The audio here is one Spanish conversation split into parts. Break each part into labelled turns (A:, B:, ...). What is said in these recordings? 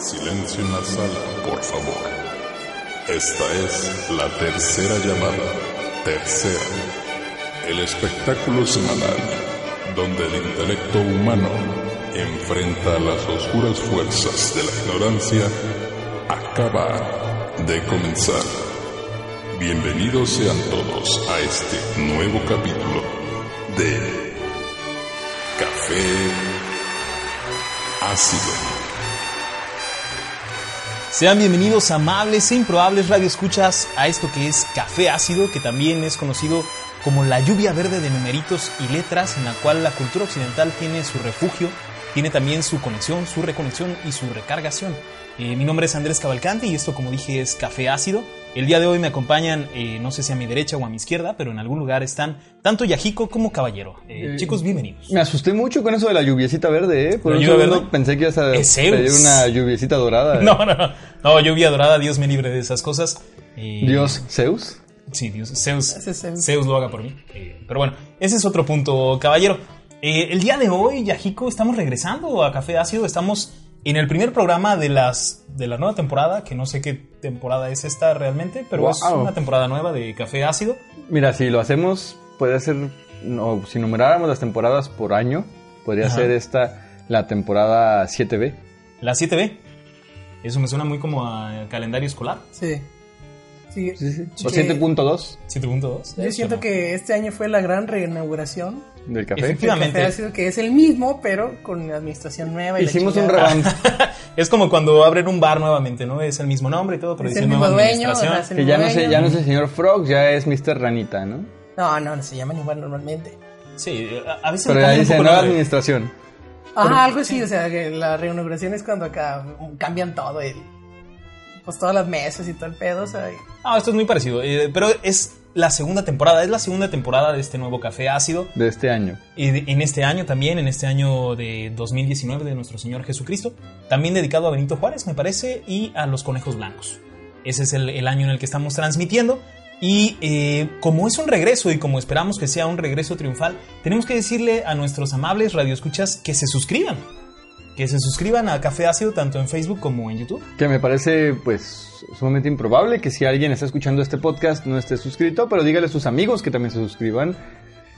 A: Silencio en la sala, por favor. Esta es la tercera llamada. Tercera. El espectáculo semanal donde el intelecto humano enfrenta las oscuras fuerzas de la ignorancia acaba de comenzar. Bienvenidos sean todos a este nuevo capítulo de Café Ácido.
B: Sean bienvenidos amables e improbables radioescuchas a esto que es Café Ácido, que también es conocido como la lluvia verde de numeritos y letras en la cual la cultura occidental tiene su refugio, tiene también su conexión, su reconexión y su recargación. Eh, mi nombre es Andrés Cavalcante y esto como dije es Café Ácido. El día de hoy me acompañan, eh, no sé si a mi derecha o a mi izquierda, pero en algún lugar están tanto Yajico como Caballero. Eh,
C: Eh,
B: chicos, bienvenidos.
C: Me asusté mucho con eso de la lluviecita verde, ¿eh? Por
B: ¿La
C: un
B: lluvia
C: segundo
B: verde?
C: pensé que ibas a
B: Es Zeus.
C: pedir una lluviecita dorada. ¿eh?
B: No, no, no, no, lluvia dorada, Dios me libre de esas cosas. Eh,
C: Dios, Zeus.
B: Sí, Dios, Zeus,
D: Ese es Zeus.
B: Zeus lo haga por mí. Eh, pero bueno, ese es otro punto, caballero. Eh, el día de hoy, Yajico, estamos regresando a Café Ácido. Estamos en el primer programa de, las, de la nueva temporada, que no sé qué temporada es esta realmente, pero es
C: Wow.
B: una temporada nueva de Café Ácido.
C: Mira, si lo hacemos, puede ser, no, si numeráramos las temporadas por año, podría
B: Ajá.
C: ser esta la temporada 7B.
B: La 7B. Eso me suena muy como a calendario escolar.
D: Sí. Sí.
C: Sí, sí. O
D: Que-
C: 7.2
B: 7.2.
D: Yo siento que este año fue la gran reinauguración.
C: del café.
B: Efectivamente.
D: Que ha sido que es el mismo, pero con la administración nueva. Y la
C: Hicimos un
D: chingada.
C: revamp
B: Es como cuando abren un bar nuevamente, ¿no? Es el mismo nombre y todo, pero
D: Es
B: dice
D: el mismo
B: nueva
D: dueño. o sea,
B: administración.
D: es el
C: que ya no,
D: dueño.
C: sé, ya no es el señor Frog, ya es Mr. Ranita, ¿no?
D: No, no, no se llaman igual normalmente.
B: Sí, a- a veces
C: Pero
B: le
C: ya
B: cambian un
C: dice
B: poco el
C: nueva
B: nombre.
C: administración.
D: Ajá, algo así. O sea, que la reinauguración es cuando acá cambian todo. El, pues todas las mesas y todo el pedo. O sea, y-
B: Ah, esto es muy parecido. eh, pero es la segunda temporada. Es la segunda temporada de este nuevo café ácido.
C: De este año.
B: Y de- en este año también, en este año de 2019 de nuestro Señor Jesucristo. También dedicado a Benito Juárez, me parece, y a los conejos blancos. Ese es el, el año en el que estamos transmitiendo. Y eh, como es un regreso y como esperamos que sea un regreso triunfal, tenemos que decirle a nuestros amables radioescuchas que se suscriban. Que se suscriban a Café Ácido tanto en Facebook como en YouTube.
C: Que me parece, pues, sumamente improbable que si alguien está escuchando este podcast no esté suscrito, pero dígale a sus amigos que también se suscriban.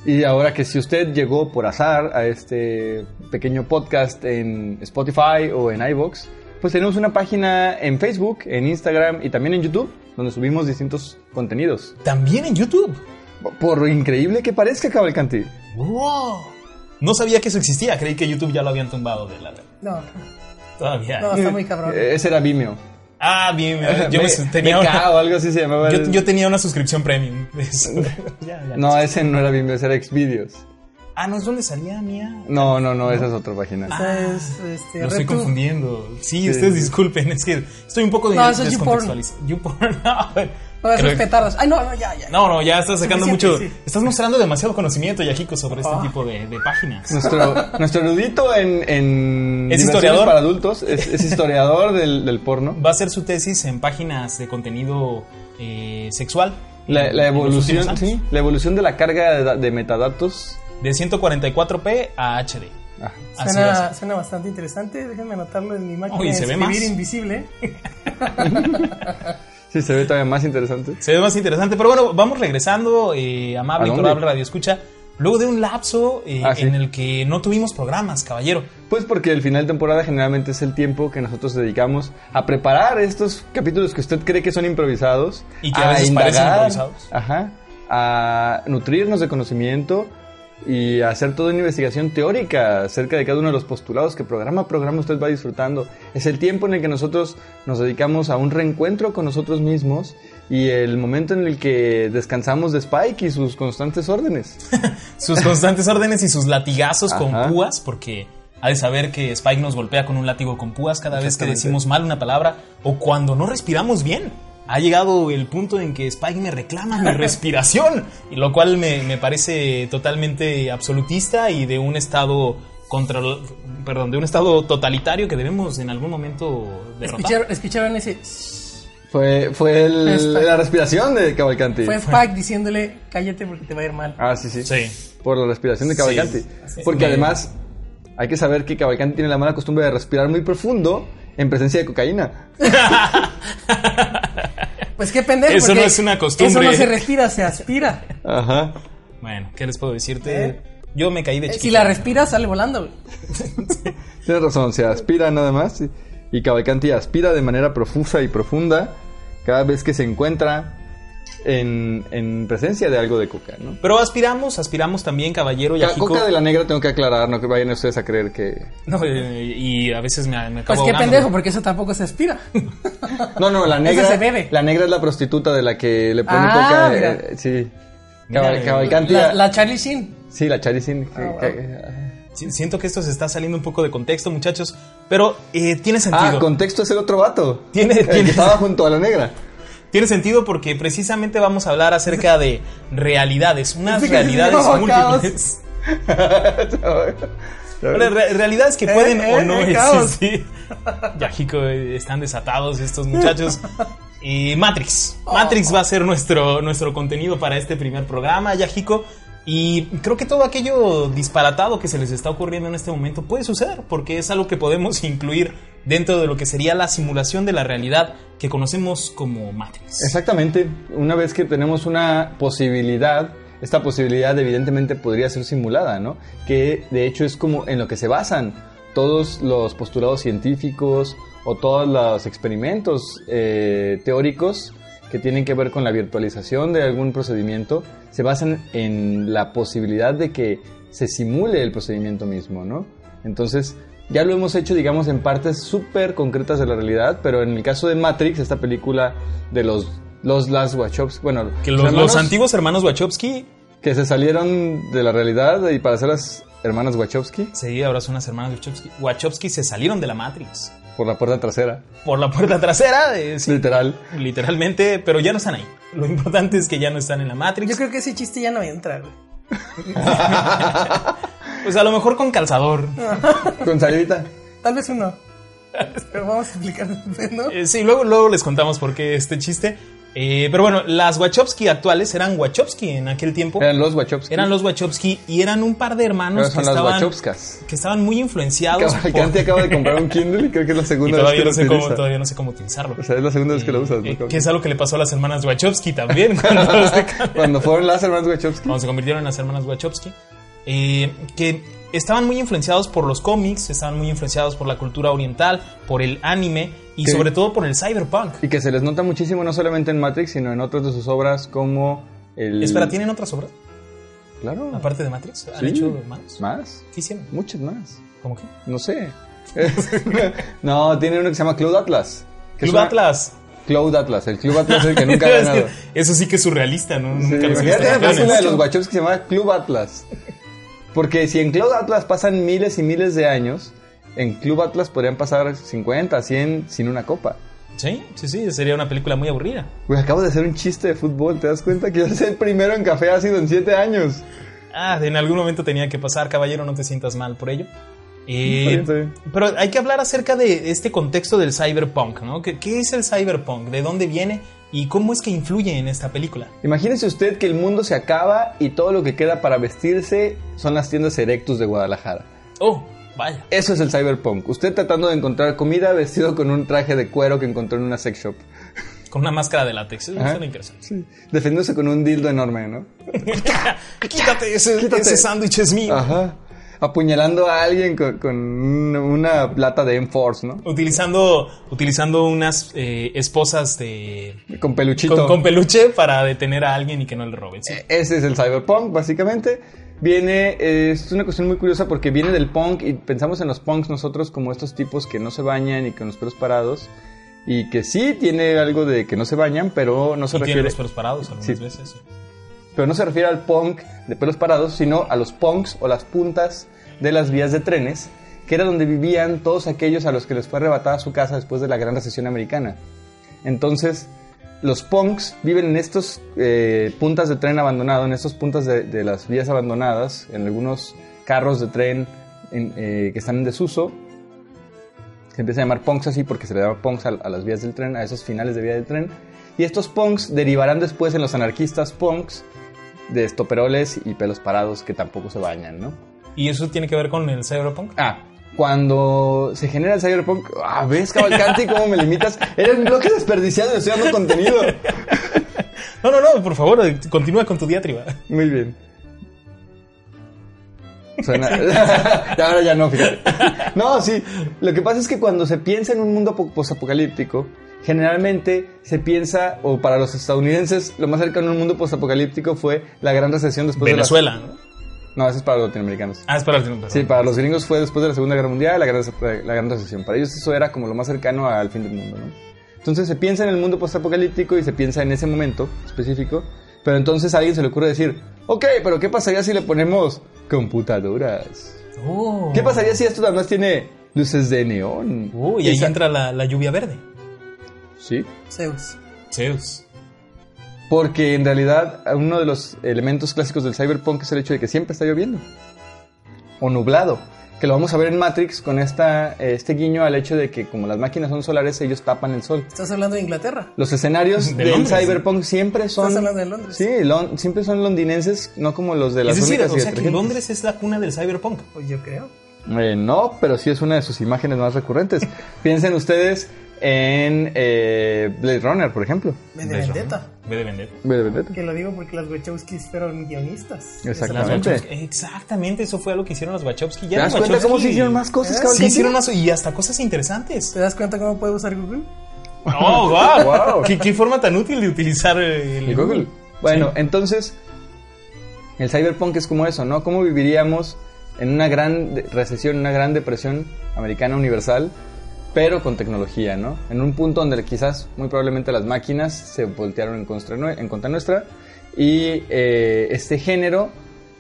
C: Y ahora que si usted llegó por azar a este pequeño podcast en Spotify o en iVoox, pues tenemos una página en Facebook, en Instagram y también en YouTube, donde subimos distintos contenidos.
B: También en YouTube.
C: Por increíble que parezca, E-, Cavalcanti.
B: ¡Wow! No sabía que eso existía, creí que YouTube ya lo habían tumbado de la
D: no,
B: Todavía.
D: no, está muy cabrón.
C: Eh, Ese era Vimeo.
B: Ah, bien, bien. yo, me
C: Me-
B: tenía
C: Meca
B: una,
C: o algo así se llamaba.
B: yo,
C: el-
B: yo tenía una suscripción premium. Eso. Ya, ya.
C: No, eh. ese no era Vimeo, ese era Xvideos.
B: Ah, no es donde salía Mía.
C: No, no, no, esa es otra página.
D: O sea, es, este,
B: ah, Lo estoy
D: RedTube.
B: confundiendo. Sí, ustedes disculpen, es que estoy un poco de
D: No, eso es
B: descontextualiz- YouPorn, no.
D: No, esos
B: Creo-
D: petardos. Ay, no, no, ya, ya.
B: no, no, ya estás sacando
D: Suficiente,
B: mucho.
D: sí.
B: Estás mostrando demasiado conocimiento, Yajico, sobre este
D: Ah.
B: tipo de, de páginas.
C: Nuestro, nuestro erudito en, en
B: Es
C: diversiones
B: historiador.
C: para adultos es, es historiador del, del porno.
B: Va a ser su tesis en páginas de contenido eh, sexual.
C: La, la
B: En los últimos
C: evolución,
B: años.
C: sí, la evolución de la carga de, da- de metadatos.
B: De 144p a HD.
C: Ah,
B: Así va a ser.
D: Suena, suena bastante interesante. Déjenme anotarlo en mi máquina
B: Uy,
D: de
B: se ve
D: escribir
B: más.
D: invisible.
C: sí, se ve todavía más interesante.
B: Se ve más interesante. Pero bueno, vamos regresando, eh, amable
C: ¿A
B: y
C: dónde?
B: probable radio escucha. Luego de un lapso eh,
C: Ah, sí.
B: en el que no tuvimos programas, caballero.
C: Pues porque el final de temporada generalmente es el tiempo que nosotros dedicamos a preparar estos capítulos que usted cree que son improvisados.
B: Y que a veces parecen improvisados.
C: Ajá. A nutrirnos de conocimiento y a hacer toda una investigación teórica acerca de cada uno de los postulados que programa a programa usted va disfrutando. Es el tiempo en el que nosotros nos dedicamos a un reencuentro con nosotros mismos y el momento en el que descansamos de Spike y sus constantes órdenes.
B: Sus constantes órdenes y sus latigazos con
C: Ajá.
B: púas, porque ha de saber que Spike nos golpea con un látigo con púas cada vez que
C: Exactamente.
B: decimos mal una palabra o cuando no respiramos bien. Ha llegado el punto en que Spike me reclama mi respiración, y lo cual me, me parece totalmente absolutista y de un estado control, perdón, de un estado totalitario que debemos en algún momento derrotar.
D: Escucharon, escucharon ese.
C: Fue, fue el-
D: Spike.
C: la respiración de Cavalcanti.
D: Fue Spike diciéndole, cállate porque te va a ir mal.
C: Ah, sí, sí.
B: Sí.
C: Por la respiración de Cavalcanti.
B: Sí, así es.
C: Porque
B: Me-
C: además hay que saber que Cavalcanti tiene la mala costumbre de respirar muy profundo en presencia de cocaína.
D: Pues qué pendejo.
B: Eso no
D: porque
B: es una costumbre.
D: Eso no se respira, se aspira.
C: Ajá.
B: Bueno, ¿qué les puedo decirte? Yo me caí de
D: Eh,
B: chiquito.
D: Si la respiras, sale volando. güey.
C: Tienes razón, se aspira nada más. y- Y Cavalcanti aspira de manera profusa y profunda cada vez que se encuentra en, en presencia de algo de coca, ¿no?
B: Pero aspiramos, aspiramos también, caballero y
C: La
B: a Jico.
C: coca de la negra tengo que aclarar, no que vayan ustedes a creer que...
B: No, eh, y a veces me, me acabo
D: Pues qué
B: ahogando.
D: pendejo, porque eso tampoco se aspira.
C: No, no, la
D: Esa
C: negra...
D: se bebe.
C: La negra es la prostituta de la que le pone
D: Ah,
C: coca...
D: mira.
C: eh, sí.
B: Mira,
C: Cabal-
B: eh,
C: Cavalcanti...
D: La, la Charlie Sheen.
C: Sí, la Charicin. que-
D: wow.
C: que-
B: Si- Siento que esto se está saliendo un poco de contexto, muchachos, pero eh, tiene
C: Ah,
B: sentido.
C: contexto es el otro vato.
B: Tiene-
C: El
B: tiene-
C: que estaba junto a la negra.
B: Tiene sentido porque precisamente vamos a hablar acerca de realidades, unas
D: Sí, que
B: realidades
D: sí, no,
B: múltiples. Bueno, re- realidades que pueden
D: Eh,
B: o
D: eh,
B: no
D: eh, caos.
B: existir. Ya, Jico, eh, están desatados estos muchachos. Y Matrix.
D: Oh.
B: Matrix va a ser nuestro, nuestro contenido para este primer programa, Yajico. Y creo que todo aquello disparatado que se les está ocurriendo en este momento puede suceder, porque es algo que podemos incluir dentro de lo que sería la simulación de la realidad que conocemos como Matrix.
C: Exactamente. Una vez que tenemos una posibilidad, esta posibilidad evidentemente podría ser simulada, ¿no? Que de hecho es como en lo que se basan todos los postulados científicos o todos los experimentos eh, teóricos que tienen que ver con la virtualización de algún procedimiento, se basan en la posibilidad de que se simule el procedimiento mismo, ¿no? Entonces, ya lo hemos hecho, digamos, en partes súper concretas de la realidad, pero en el caso de Matrix, esta película de los, los Last Wachowski, bueno,
B: Que los,
C: hermanos
B: los antiguos hermanos Wachowski,
C: que se salieron de la realidad y para ser las hermanas Wachowski
B: sí, ahora son las hermanas Wachowski, Wachowski se salieron de la Matrix
C: por la puerta trasera,
B: por la puerta trasera. eh, sí,
C: literal.
B: Literalmente, pero ya no están ahí. Lo importante es que ya no están en la
D: Yo
B: Matrix.
D: creo que ese chiste ya no entra, güey.
B: Pues a lo mejor con calzador.
D: Ah.
C: Con salivita.
D: Tal vez uno. Pero vamos a explicar después, ¿no?
B: Eh, sí, luego, luego les contamos por qué este chiste. Eh, pero bueno, las Wachowski actuales eran Wachowski en aquel tiempo.
C: Eran los Wachowski.
B: Eran los Wachowski y eran un par de
C: Ahora
B: hermanos que
C: son las
B: estaban,
C: Wachowskas.
B: que estaban muy influenciados. por-
C: Cavalcanti acaba de comprar un Kindle y creo que es la
B: y
C: segunda vez
B: todavía
C: que lo
B: no, sé cómo,
C: utiliza.
B: todavía no sé cómo utilizarlo.
C: O sea, es la segunda vez que lo usas. ¿no,
B: Eh, que
C: Cavalcanti?
B: es algo que le pasó a las hermanas Wachowski también. cuando se cambiaron.
C: Cuando fueron las hermanas Wachowski.
B: cuando se convirtieron en las hermanas Wachowski, eh, que estaban muy influenciados por los cómics, estaban muy influenciados por la cultura oriental, por el anime y
C: Sí.
B: sobre todo por el cyberpunk.
C: Y que se les nota muchísimo no solamente en Matrix, sino en otras de sus obras como el...
B: Espera, ¿tienen otras obras?
C: Claro.
B: Aparte de Matrix, ¿han
C: Sí.
B: hecho más?
C: Más.
B: ¿Qué hicieron?
C: Muchas más.
B: ¿Cómo qué?
C: No sé. no, tiene uno que se llama Cloud Atlas. que es
B: Club
C: una-
B: Atlas.
C: Cloud Atlas. El Club Atlas es el que nunca ha
B: Es que
C: ganado.
B: Eso sí que es surrealista, ¿no?
C: Sí,
B: Nunca los he
C: imagínate
B: visto
C: la
B: campeones.
C: película de los Wachowski que se llama Club Atlas. Porque si en Club Atlas pasan miles y miles de años, en Club Atlas podrían pasar 50, 100 sin una copa.
B: Sí, sí, sí, sería una película muy aburrida.
C: Güey, acabo de hacer un chiste de fútbol, ¿te das cuenta? Que yo soy el primero en café ácido en 7 años.
B: Ah, en algún momento tenía que pasar, caballero, no te sientas mal por ello. Eh,
C: Está bien, está bien.
B: pero hay que hablar acerca de este contexto del cyberpunk, ¿no? ¿Qué, qué es el cyberpunk? ¿De dónde viene? ¿Y cómo es que influye en esta película?
C: Imagínese usted que el mundo se acaba y todo lo que queda para vestirse son las tiendas Erectus de Guadalajara.
B: Oh, vaya.
C: Eso es el cyberpunk. Usted tratando de encontrar comida vestido con un traje de cuero que encontró en una sex shop.
B: Con una máscara de látex. Eso
C: Ajá.
B: suena interesante.
C: Sí. Defendiéndose con un dildo enorme, ¿no?
B: Quítate ese
C: Quítate. Ah.
B: ese sándwich, es mío.
C: Ajá. Apuñalando a alguien con, con un- una plata de M-Force, ¿no?
B: Utilizando, utilizando unas eh, esposas de,
C: Con peluchito.
B: con, con peluche para detener a alguien y que no le roben. sí.
C: Eh, Ese es el cyberpunk, básicamente. Viene, eh, es una cuestión muy curiosa porque viene del punk y pensamos en los punks nosotros como estos tipos que no se bañan y con los pelos parados. Y que sí tiene algo de que no se bañan, pero no se
B: Y tiene
C: refiere,
B: los pelos parados algunas
C: Sí.
B: veces.
C: pero no se refiere al punk de pelos parados, sino a los punks o las puntas de las vías de trenes que era donde vivían todos aquellos a los que les fue arrebatada su casa después de la Gran Recesión Americana. Entonces, los punks viven en estos eh, puntas de tren abandonado, en estos puntas de, de las vías abandonadas, en algunos carros de tren en- eh, que están en desuso. Se empieza a llamar punks así porque se le llama punks a, a las vías del tren, a esos finales de vía del tren. Y estos punks derivarán después en los anarquistas punks de estoperoles y pelos parados que tampoco se bañan, ¿no?
B: ¿Y eso tiene que ver con el cyberpunk?
C: Ah, cuando se genera el cyberpunk, ah, ves Cavalcanti cómo me limitas. Eres un bloque desperdiciado, estoy dando contenido.
B: No, no, no, por favor, eh, continúa con tu diatriba.
C: Muy bien. Suena. Ya, Ahora ya no, fíjate. No, sí. Lo que pasa es que cuando se piensa en un mundo po- postapocalíptico, generalmente se piensa, o para los estadounidenses, lo más cercano a un mundo postapocalíptico fue la gran recesión después
B: Venezuela.
C: de.
B: ¿no?
C: Venezuela. No, eso es para los latinoamericanos.
B: Ah, espérate, no, perdón.
C: Sí, para los gringos fue después de la Segunda Guerra Mundial la gran, la gran recesión. Para ellos eso era como lo más cercano al fin del mundo, ¿no? Entonces se piensa en el mundo postapocalíptico y se piensa en ese momento específico, pero entonces a alguien se le ocurre decir, ok, pero ¿qué pasaría si le ponemos computadoras?
B: Oh.
C: ¿Qué pasaría si esto además tiene luces de neón?
B: Oh, y ahí
C: Esa-
B: entra la, la lluvia verde.
C: Sí.
D: Zeus.
B: Zeus.
C: Porque en realidad uno de los elementos clásicos del cyberpunk es el hecho de que siempre está lloviendo. O nublado. Que lo vamos a ver en Matrix con esta, eh, este guiño al hecho de que como las máquinas son solares, ellos tapan el sol.
D: Estás hablando de Inglaterra.
C: Los escenarios
B: De
C: del
B: Londres,
C: cyberpunk siempre son...
D: Estás hablando de Londres.
C: Sí, lon- siempre son londinenses, no como los de las
B: Es decir, o
C: únicas y
B: sea que
C: detergentes.
B: Londres es la cuna del cyberpunk.
D: Pues yo creo.
C: Eh, no, pero sí es una de sus imágenes más recurrentes. Piensen ustedes en eh, Blade Runner, por ejemplo.
D: Me de vendetta.
B: Ve de vendetta.
C: Blade Runner.
D: Que lo digo porque las Wachowskis fueron guionistas.
B: Las
C: Exactamente.
B: Wachowski- Exactamente, eso fue algo que hicieron las Wachowski.
C: ¿Te
B: Ya
C: das
B: las
C: cuenta cómo
B: Wachowski-
C: se Ah, hicieron más cosas,
D: ¿Eh?
C: cabrón?
B: Sí, hicieron las- y hasta cosas interesantes.
D: ¿Te das cuenta cómo puede usar Google?
B: Oh, wow.
C: Wow.
B: ¿Qué, qué forma tan útil de utilizar el,
C: El Google. Bueno, entonces, el cyberpunk es como eso, ¿no? ¿Cómo viviríamos en una gran de- recesión, una gran depresión americana universal, pero con tecnología, ¿no? En un punto donde quizás, muy probablemente, las máquinas se voltearon en contra, nue- en contra nuestra y eh, este género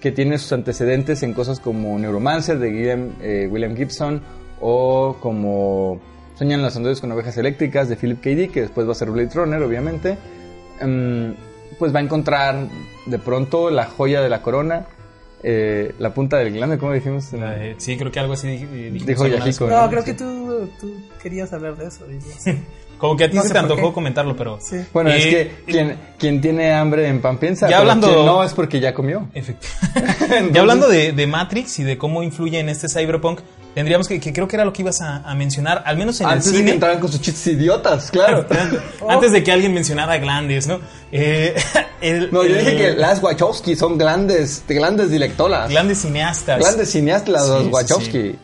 C: que tiene sus antecedentes en cosas como Neuromancer de William, eh, William Gibson o como Soñan los androides con ovejas eléctricas de Philip K. Dick, que después va a ser Blade Runner, obviamente, em, pues va a encontrar de pronto la joya de la corona, eh, la punta del glande, como dijimos. en-
B: Eh, Sí, creo que algo así di- di- dijimos
C: Dijo
B: alguna
C: Yajico,
B: vez.
C: ¿no?
D: No, creo
C: Sí.
D: que tú, tú querías hablar de eso. y no sé.
B: Como que a ti
D: No
B: se
D: sé
B: te
D: por
B: antojó
D: qué.
B: comentarlo, pero.
D: Sí.
C: Bueno,
B: Eh,
C: es que quien, quien tiene hambre en pan piensa,
B: Ya
C: pero
B: hablando-
C: quien no es porque ya comió.
B: Efectivamente. y hablando de, de Matrix y de cómo influye en este cyberpunk, tendríamos que, que creo que era lo que ibas a, a mencionar, al menos en
C: Antes
B: el
C: de que
B: cine.
C: entraran con sus chistes idiotas, claro.
B: Antes de que alguien mencionara Glandes, ¿no? Eh, el-
C: No, yo dije
B: el-
C: que las Wachowski son grandes, grandes directoras.
B: Glandes cineastas.
C: Grandes cineastas, las
B: Sí, sí,
C: Wachowski.
B: sí.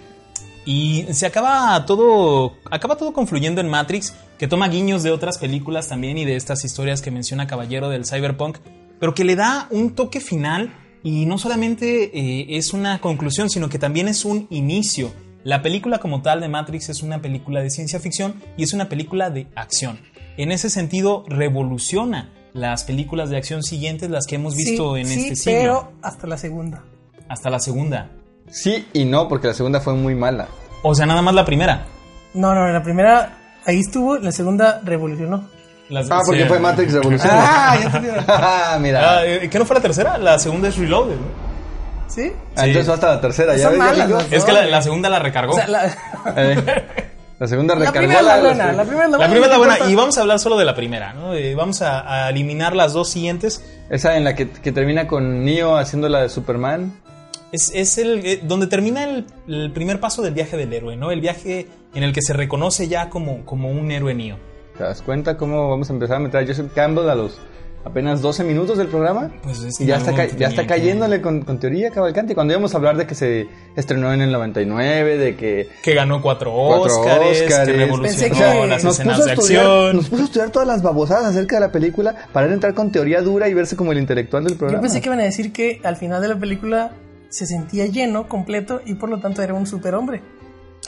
B: Y se acaba todo, acaba todo confluyendo en Matrix, que toma guiños de otras películas también y de estas historias que menciona Caballero del Cyberpunk, pero que le da un toque final y no solamente eh, es una conclusión, sino que también es un inicio. La película como tal de Matrix es una película de ciencia ficción y es una película de acción. En ese sentido, revoluciona las películas de acción siguientes, las que hemos visto
D: sí,
B: en
D: sí,
B: este siglo,
D: pero hasta la segunda.
B: hasta la segunda.
C: Sí y no, porque la segunda fue muy mala.
B: O sea, nada más la primera.
D: No, no, la primera ahí estuvo, la segunda revolucionó.
B: Las-
C: Ah, porque
B: sí.
C: fue Matrix Revolution.
D: Ah, ya te digo.
C: Ah, mira.
B: Ah, eh, ¿Qué no fue la tercera? La segunda es Reloaded. ¿no?
D: ¿Sí?
C: Ah, Entonces
B: sí.
C: va hasta la tercera, ya
D: Son
C: ves, ya
D: malas,
C: digo.
D: ¿no?
B: Es que la, la segunda la recargó.
D: O sea,
B: la,
D: la,
C: Eh, la segunda
D: la
C: recargó
D: primera es la
C: la-
D: buena, la primera es la buena.
B: primera es la
D: no
B: buena.
D: importa.
B: Y vamos a hablar solo de la primera, ¿no? Eh, vamos a, a eliminar las dos siguientes.
C: Esa en la que, que termina con Neo haciendo la de Superman.
B: Es, es el eh, donde termina el, el primer paso del viaje del héroe, ¿no? El viaje en el que se reconoce ya como, como un héroe mío.
C: ¿Te das cuenta cómo vamos a empezar a meter a Joseph Campbell a los apenas 12 minutos del programa?
B: Pues es que
C: y ya
B: en
C: está,
B: algún
C: ca-
B: momento
C: ya está
B: tenía que-
C: cayéndole con, con teoría Cavalcanti. Cuando íbamos a hablar de que se estrenó en el 99, de que
B: Que ganó cuatro,
C: Cuatro
B: Óscares, que
C: Óscares.
D: Pensé
B: revolucionó
D: que
B: las
C: nos
B: escenas
C: puso, a
B: de
C: estudiar,
B: acción.
C: nos puso a estudiar todas las babosadas acerca de la película para entrar con teoría dura y verse como el intelectual del programa.
D: Yo pensé que iban a decir que al final de la película se sentía lleno, completo y por lo tanto era un superhombre.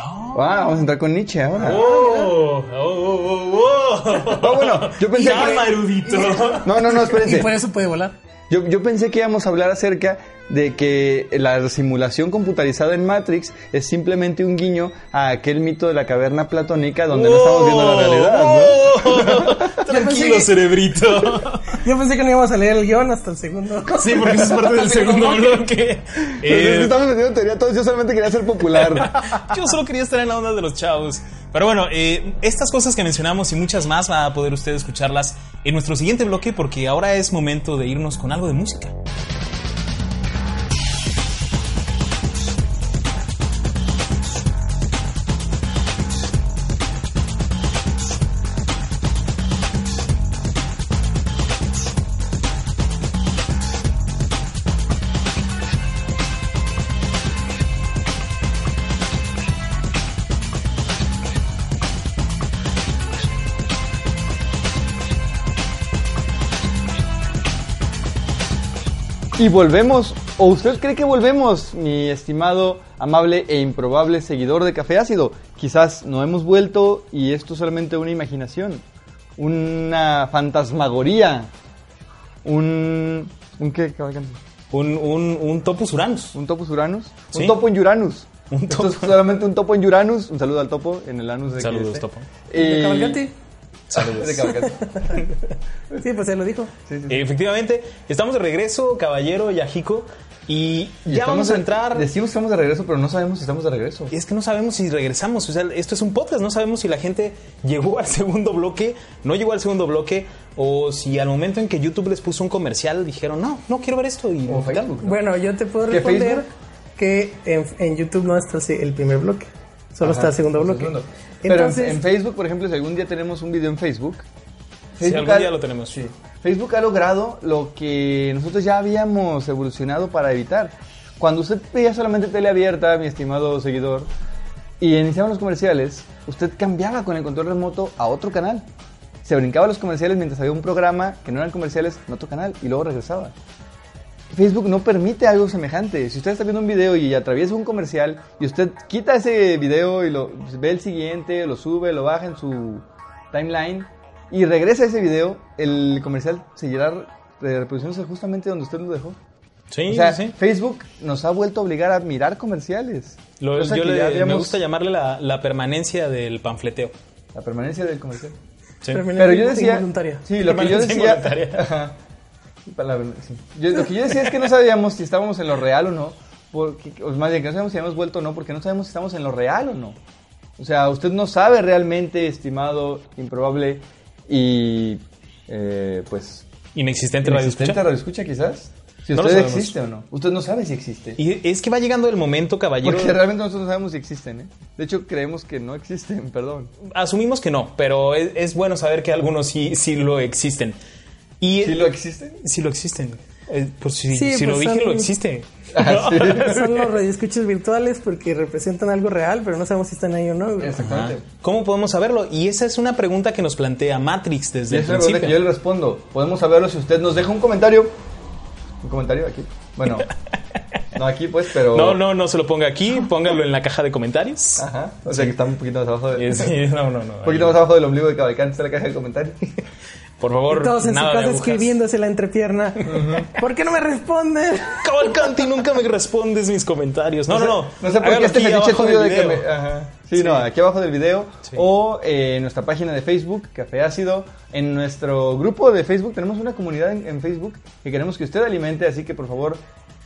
B: Oh,
C: Ah, vamos a entrar con Nietzsche ahora.
B: oh, oh, oh, oh.
C: No, bueno, yo pensé
B: Calma,
C: que-
B: erudito.
C: No, no, no,
D: Y
C: espérense.
D: por eso puede volar.
C: Yo, yo pensé que íbamos a hablar acerca de que la simulación computarizada en Matrix es simplemente un guiño a aquel mito de la caverna platónica donde no estamos viendo
B: Oh,
C: la realidad, ¿no?
B: ¡Wow! Tranquilo,
D: que-
B: cerebrito.
D: Yo pensé que no íbamos a leer el guión hasta el segundo.
B: Sí, porque eso es parte del segundo bloque.
C: Entonces,
B: Eh,
C: estamos metiendo teoría todos, yo solamente quería ser popular.
B: Yo solo quería estar en la onda de los chavos. Pero bueno, eh, estas cosas que mencionamos y muchas más va a poder usted escucharlas en nuestro siguiente bloque porque ahora es momento de irnos con algo de música.
C: Y volvemos, o usted cree que volvemos, mi estimado, amable e improbable seguidor de Café Ácido. Quizás no hemos vuelto y esto es solamente una imaginación, una fantasmagoría, un... ¿Un qué? cabalgan?
B: Un, un, un Topus Uranus.
C: ¿Un topus uranus?
B: Sí.
C: Un topo en Uranus.
B: Un
C: Esto
B: topo.
C: es solamente un topo en Uranus. Un saludo al topo en el anus de
B: Saludos,
C: que esté.
B: topo.
C: Eh,
D: ¿De Cavalcanti?
B: Saludos.
C: de Cavalcanti.
D: Sí, pues se lo dijo.
C: Sí, sí, sí.
B: Efectivamente, estamos de regreso, caballero Yajico. Y
C: Y
B: ya
C: estamos
B: vamos a
C: de-
B: entrar.
C: Decimos que estamos de regreso, pero no sabemos si estamos de regreso.
B: Es que no sabemos si regresamos, o sea, esto es un podcast, no sabemos si la gente llegó al segundo bloque, no llegó al segundo bloque, o si al momento en que YouTube les puso un comercial dijeron, no, no quiero ver esto y
C: O Facebook. ¿no?
D: Bueno, yo te puedo
C: ¿Qué,
D: responder
C: Facebook?
D: que en, en YouTube no está el se- el primer bloque. Solo está el segundo bloque.
C: Segundo. Pero en-
D: Entonces,
C: en, Facebook, por ejemplo, si algún día tenemos un video en Facebook,
B: Si algún día lo tenemos.
C: Sí. Facebook ha logrado lo que nosotros ya habíamos evolucionado para evitar. Cuando usted veía solamente tele abierta, mi estimado seguidor, y iniciaban los comerciales, usted cambiaba con el control remoto a otro canal. Se brincaba los comerciales mientras había un programa que no eran comerciales en otro canal y luego regresaba. Facebook no permite algo semejante. Si usted está viendo un video y atraviesa un comercial y usted quita ese video y lo ve el siguiente, lo sube, lo baja en su timeline y regresa ese video, el comercial seguirá reproduciéndose justamente donde usted lo dejó.
B: Sí,
C: o sea, pues
B: sí.
C: Facebook nos ha vuelto a obligar a mirar comerciales.
B: Lo-
C: Cosa
B: yo
C: que
B: le-
C: ya
B: me
C: habíamos-
B: gusta llamarle la, la permanencia del panfleteo.
C: la permanencia del comercial.
B: Sí.
D: Permanencia
C: Pero yo decía,
D: involuntaria.
C: sí, lo que yo
B: Permanencia
C: decía,
B: involuntaria.
C: Ajá. Palabra, sí. Yo- lo que yo decía es que no sabíamos si estábamos en lo real o no, porque o más bien que no sabíamos si habíamos vuelto o no, porque no sabemos si estamos en lo real o no. O sea, usted no sabe realmente, estimado, improbable y eh, pues
B: Inexistente radio
C: inexistente
B: escucha.
C: radio escucha quizás. Si
B: No lo
C: usted
B: sabemos.
C: existe o no. Usted no sabe si existe.
B: Y es que va llegando el momento, caballero.
C: Porque realmente nosotros no sabemos si existen, ¿eh? De hecho, creemos que no existen, perdón.
B: Asumimos que no, pero es, es bueno saber que algunos sí, sí lo existen. Y
C: ¿Sí lo existen?
B: sí lo existen. Eh, pues si,
D: Sí,
B: si lo
D: pues
B: dije,
D: son-
B: lo existe.
C: Ah, sí.
D: son los radioescuchas virtuales porque representan algo real, pero no sabemos si están ahí o no. güey.
C: Exactamente.
B: ¿Cómo podemos saberlo? Y esa es una pregunta que nos plantea Matrix desde
C: Y
B: el
C: es la pregunta
B: principio.
C: que yo le respondo. Podemos saberlo si usted nos deja un comentario. Un comentario aquí. Bueno, no aquí pues, pero.
B: No, no, no se lo ponga aquí, póngalo en la caja de comentarios.
C: Ajá. O sea que está un poquito más abajo de.
B: Eh, sí, no, no, no.
C: Un poquito más abajo del ombligo de Cabalcán está la caja de comentarios.
B: Por favor,
D: Todos en su
B: nada de
D: casa
B: agujas.
D: escribiéndose la entrepierna. ¿Por qué no me responden?
B: Cavalcanti, nunca me respondes mis comentarios. No, no, no.
C: No sé por qué
B: Hágalo
C: este
B: aquí
C: fetiche
B: abajo
C: tuyo de
B: del
C: que me... ah,
B: video.
C: Ajá. Sí,
B: Sí.
C: no, aquí abajo del video.
B: Sí.
C: O eh, en nuestra página de Facebook, Café Ácido. En nuestro grupo de Facebook tenemos una comunidad en, en Facebook que queremos que usted alimente. Así que por favor,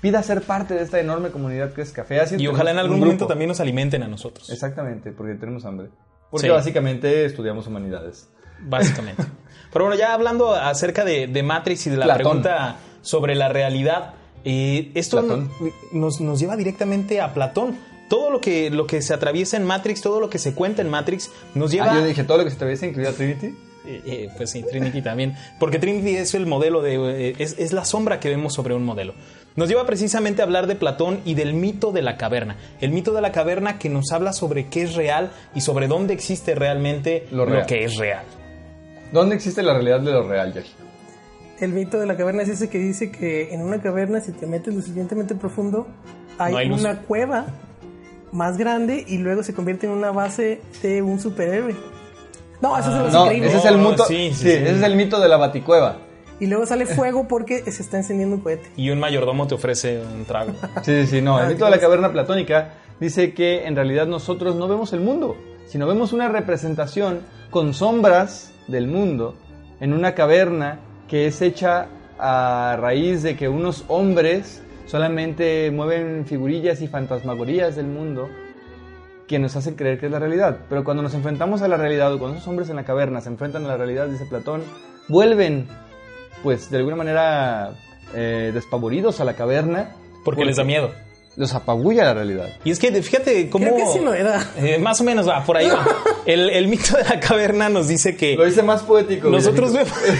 C: pida ser parte de esta enorme comunidad que es Café Ácido.
B: Y ojalá en
C: Tenemos
B: algún
C: un
B: momento
C: grupo.
B: también nos alimenten a nosotros.
C: Exactamente, porque tenemos hambre. Porque
B: Sí.
C: básicamente estudiamos humanidades.
B: Básicamente. Pero bueno, ya hablando acerca de, de Matrix y de la
C: Platón.
B: pregunta sobre la realidad, eh, esto
C: Platón.
B: nos, nos lleva directamente a Platón. Todo lo que, lo que se atraviesa en Matrix, todo lo que se cuenta en Matrix, nos lleva...
C: Ah, yo dije todo lo que se atraviesa, incluida Trinity.
B: Eh, eh, pues sí, Trinity también. Porque Trinity es el modelo de. eh, Es, es la sombra que vemos sobre un modelo. Nos lleva precisamente a hablar de Platón y del mito de la caverna. El mito de la caverna que nos habla sobre qué es real y sobre dónde existe realmente
C: Lo real.
B: que es real.
C: ¿Dónde existe la realidad de lo real, Yaji?
D: El mito de la caverna es ese que dice que en una caverna, si te metes lo suficientemente profundo, hay,
B: No hay luz.
D: una cueva más grande y luego se convierte en una base de un superhéroe. No, eso es lo
C: No,
D: increíble.
C: ese es el
B: No,
C: mito.
B: sí, sí,
C: sí,
B: sí.
C: ese es el mito de la baticueva.
D: Y luego sale fuego porque se está encendiendo un cohete.
B: Y un mayordomo te ofrece un trago.
C: Sí, sí, no.
D: Ah,
C: El mito de
D: claro.
C: la caverna platónica dice que en realidad nosotros no vemos el mundo, sino vemos una representación con sombras del mundo en una caverna que es hecha a raíz de que unos hombres solamente mueven figurillas y fantasmagorías del mundo que nos hacen creer que es la realidad. Pero cuando nos enfrentamos a la realidad o cuando esos hombres en la caverna se enfrentan a la realidad, dice Platón, vuelven, pues, de alguna manera eh, despavoridos a la caverna.
B: Porque les da miedo.
C: Los apabulla la realidad.
B: Y es que fíjate cómo.
D: Creo que sí lo era.
B: Eh, más o menos va, por ahí va. El, el mito de la caverna nos dice que
C: Lo hice más poético.
B: nosotros
C: Guillermito.
B: vemos.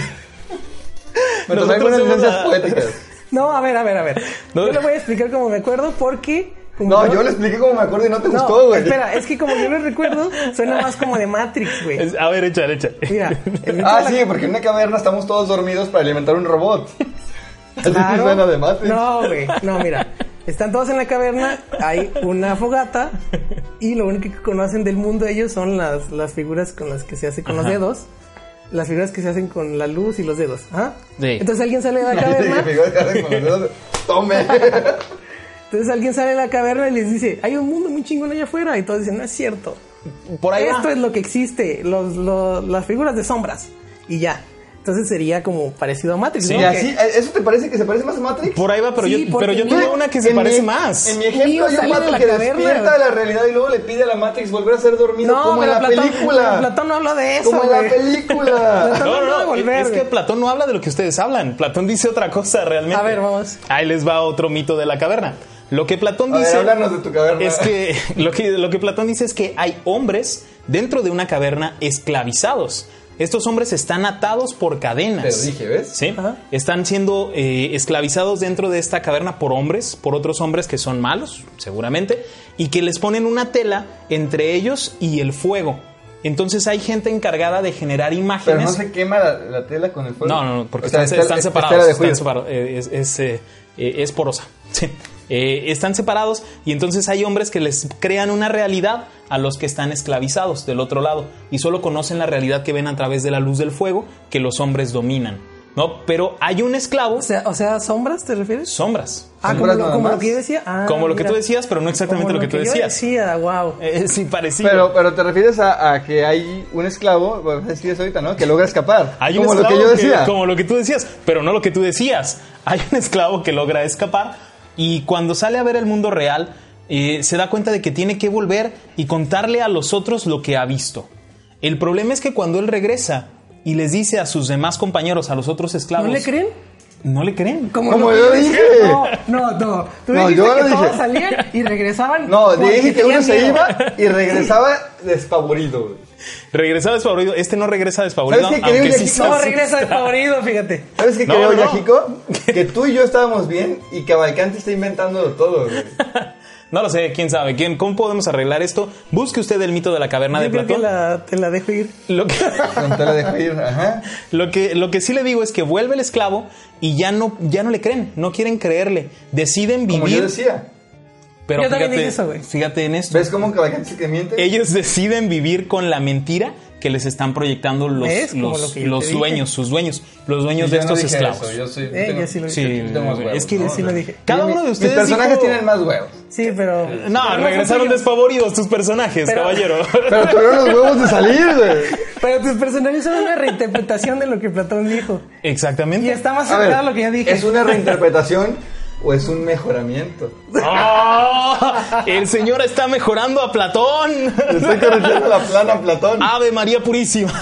C: Me
B: nosotros
C: traen unas
B: vemos
C: licencias
B: la-
C: poéticas.
D: No, a ver, a ver, a ver.
B: No.
D: Yo le voy a explicar como me acuerdo porque... como
C: No, yo le expliqué cómo me acuerdo y no te
D: No,
C: gustó, güey.
D: espera, es que como yo lo recuerdo, suena más como de Matrix, güey.
B: Es- A ver, échale, échale.
D: Mira, el mito
C: Ah,
D: de la-
C: sí, porque en una caverna estamos todos dormidos para alimentar un robot. Así
D: Claro.
C: suena de Matrix.
D: No, güey. No, mira. Están todos en la caverna, hay una fogata y lo único que conocen del mundo ellos son las, las figuras con las que se hace con los dedos. Las figuras que se hacen con la luz y los dedos. Ajá.
B: Sí.
D: Entonces alguien sale de la
C: Dice que
D: caverna.
C: figura que hace con los dedos. Tome.
D: Entonces alguien sale de la caverna y les dice, hay un mundo muy chingón allá afuera. Y todos dicen, no es cierto.
B: Por ahí va.
D: Esto es lo que existe, los, los- las figuras de sombras. Y ya. Entonces sería como parecido a Matrix,
B: Sí,
D: ¿no?
C: Y
D: Que-
C: así, ¿eh, ¿eso te parece que se parece más a Matrix?
B: Por ahí va, pero
D: Sí,
B: yo,
D: porque
B: pero yo
D: mira,
B: tengo una que se
C: En mi-
B: parece más.
C: En mi ejemplo,
D: Neo
C: hay un
D: sale de
C: vato
D: la
C: que
D: caverna.
C: despierta de la realidad y luego le pide a la Matrix volver a ser dormido
D: No,
C: como en
D: pero
C: la
D: Platón,
C: película.
D: Platón no habla de eso,
C: como en la
D: güey.
C: película.
D: Platón no va a volver,
B: es que
D: güey.
B: Platón no habla de lo que ustedes hablan. Platón dice otra cosa realmente.
D: A ver, vamos.
B: Ahí les va otro mito de la caverna. Lo que Platón
C: A ver,
B: dice
C: háblanos de tu caverna.
B: es que lo que lo que Platón dice es que hay hombres dentro de una caverna esclavizados. Estos hombres están atados por cadenas.
C: Te lo dije, ¿ves?
B: Sí.
D: Ajá.
B: Están siendo eh, esclavizados dentro de esta caverna por hombres, por otros hombres que son malos, seguramente, y que les ponen una tela entre ellos y el fuego. Entonces hay gente encargada de generar
C: Pero
B: imágenes.
C: no se quema la, la tela con el fuego.
B: No, no, no, porque
C: O sea,
B: están,
C: está-
B: están
C: está
B: separados.
C: la de
B: están
C: juicio.
B: separados, eh, es, es, eh, eh, es porosa. Sí. Eh, están separados y entonces hay hombres que les crean una realidad a los que están esclavizados del otro lado y solo conocen la realidad que ven a través de la luz del fuego que los hombres dominan. No, pero hay un esclavo,
D: O sea, o sea, sombras, ¿te refieres?
B: sombras,
D: Ah, como
C: Sombras
D: lo,
C: nada
D: como lo
C: más.
D: que yo decía. Ah,
B: como lo que
D: mira.
B: tú decías, pero no exactamente lo
D: Como
B: que, tú
D: yo
B: decías.
D: decía, wow.
B: Eh, sí, parecido.
C: Pero, pero te refieres a, a que hay un esclavo, vas a decir eso ahorita, ¿no? Que logra escapar.
B: Hay un
C: como lo que
B: esclavo
C: yo decía.
B: como lo que tú decías, pero no lo que tú decías. Hay un esclavo que logra escapar y cuando sale a ver el mundo real, eh, se da cuenta de que tiene que volver y contarle a los otros lo que ha visto. El problema es que cuando él regresa y les dice a sus demás compañeros, a los otros esclavos...
D: ¿No le creen?
B: No le creen.
C: Como
D: lo
C: yo
D: que
C: dije.
D: No, no, no. Tú
C: No,
D: dijiste
C: yo
D: que
C: lo dije.
D: todos salían y regresaban.
C: No,
D: porque
C: dije que uno
D: tenían
C: se
D: miedo.
C: iba y regresaba despavorido. güey.
B: Regresaba despavorido. Este no regresa despavorido,
C: ¿Sabes qué,
B: aunque
C: querido
B: sí
C: Yaquito?
B: se
D: No,
B: asusta.
D: regresa despavorido, fíjate.
C: ¿Sabes qué
B: No,
C: creo,
B: no.
C: Yajico? Que tú y yo estábamos bien y Cavalcanti está inventándolo todo. güey.
B: No lo sé, quién sabe. ¿Quién, ¿Cómo podemos arreglar esto? Busque usted el mito de la caverna de
D: Yo creo que
B: Platón.
D: la, te la dejo ir.
B: Lo que...
C: No te la dejo ir, ajá.
B: Lo que, lo que sí le digo es que vuelve el esclavo y ya no, ya no le creen, no quieren creerle, deciden vivir.
C: Como yo decía.
B: pero
D: Yo también
B: fíjate,
D: dije eso, güey.
B: fíjate en esto.
C: ¿Ves cómo Cavalcanti se que miente?
B: Ellos deciden vivir con la mentira que les están proyectando los,
D: ¿Ves? Como
B: los,
D: lo que yo
B: los
D: te dije.
B: dueños, sus dueños, los
C: Yo
B: dueños de
C: no
B: estos
C: dije
B: esclavos.
C: eso, yo soy-
D: Eh, yo sí lo
B: Sí,
D: dije.
C: Yo tengo más huevos,
B: es que
C: ¿no?
D: sí lo dije.
B: Cada
C: Mi-
B: uno de ustedes
C: Mis personajes
B: dijo-
C: tienen más huevos.
D: Sí, pero.
B: No,
D: pero
B: regresaron
D: son tuyos.
B: despavoridos tus personajes,
D: Pero-
B: caballero.
C: Pero tuvieron los huevos de salir, güey.
D: Pero tus personajes son una reinterpretación de lo que Platón dijo.
B: Exactamente.
D: Y está más
C: A
D: cercano a
C: ver,
D: lo que yo dije.
C: ¿es una reinterpretación o es un mejoramiento?
B: ¡Oh! el señor está mejorando a Platón.
C: Estoy corrigiendo la plana Platón.
B: Ave María Purísima.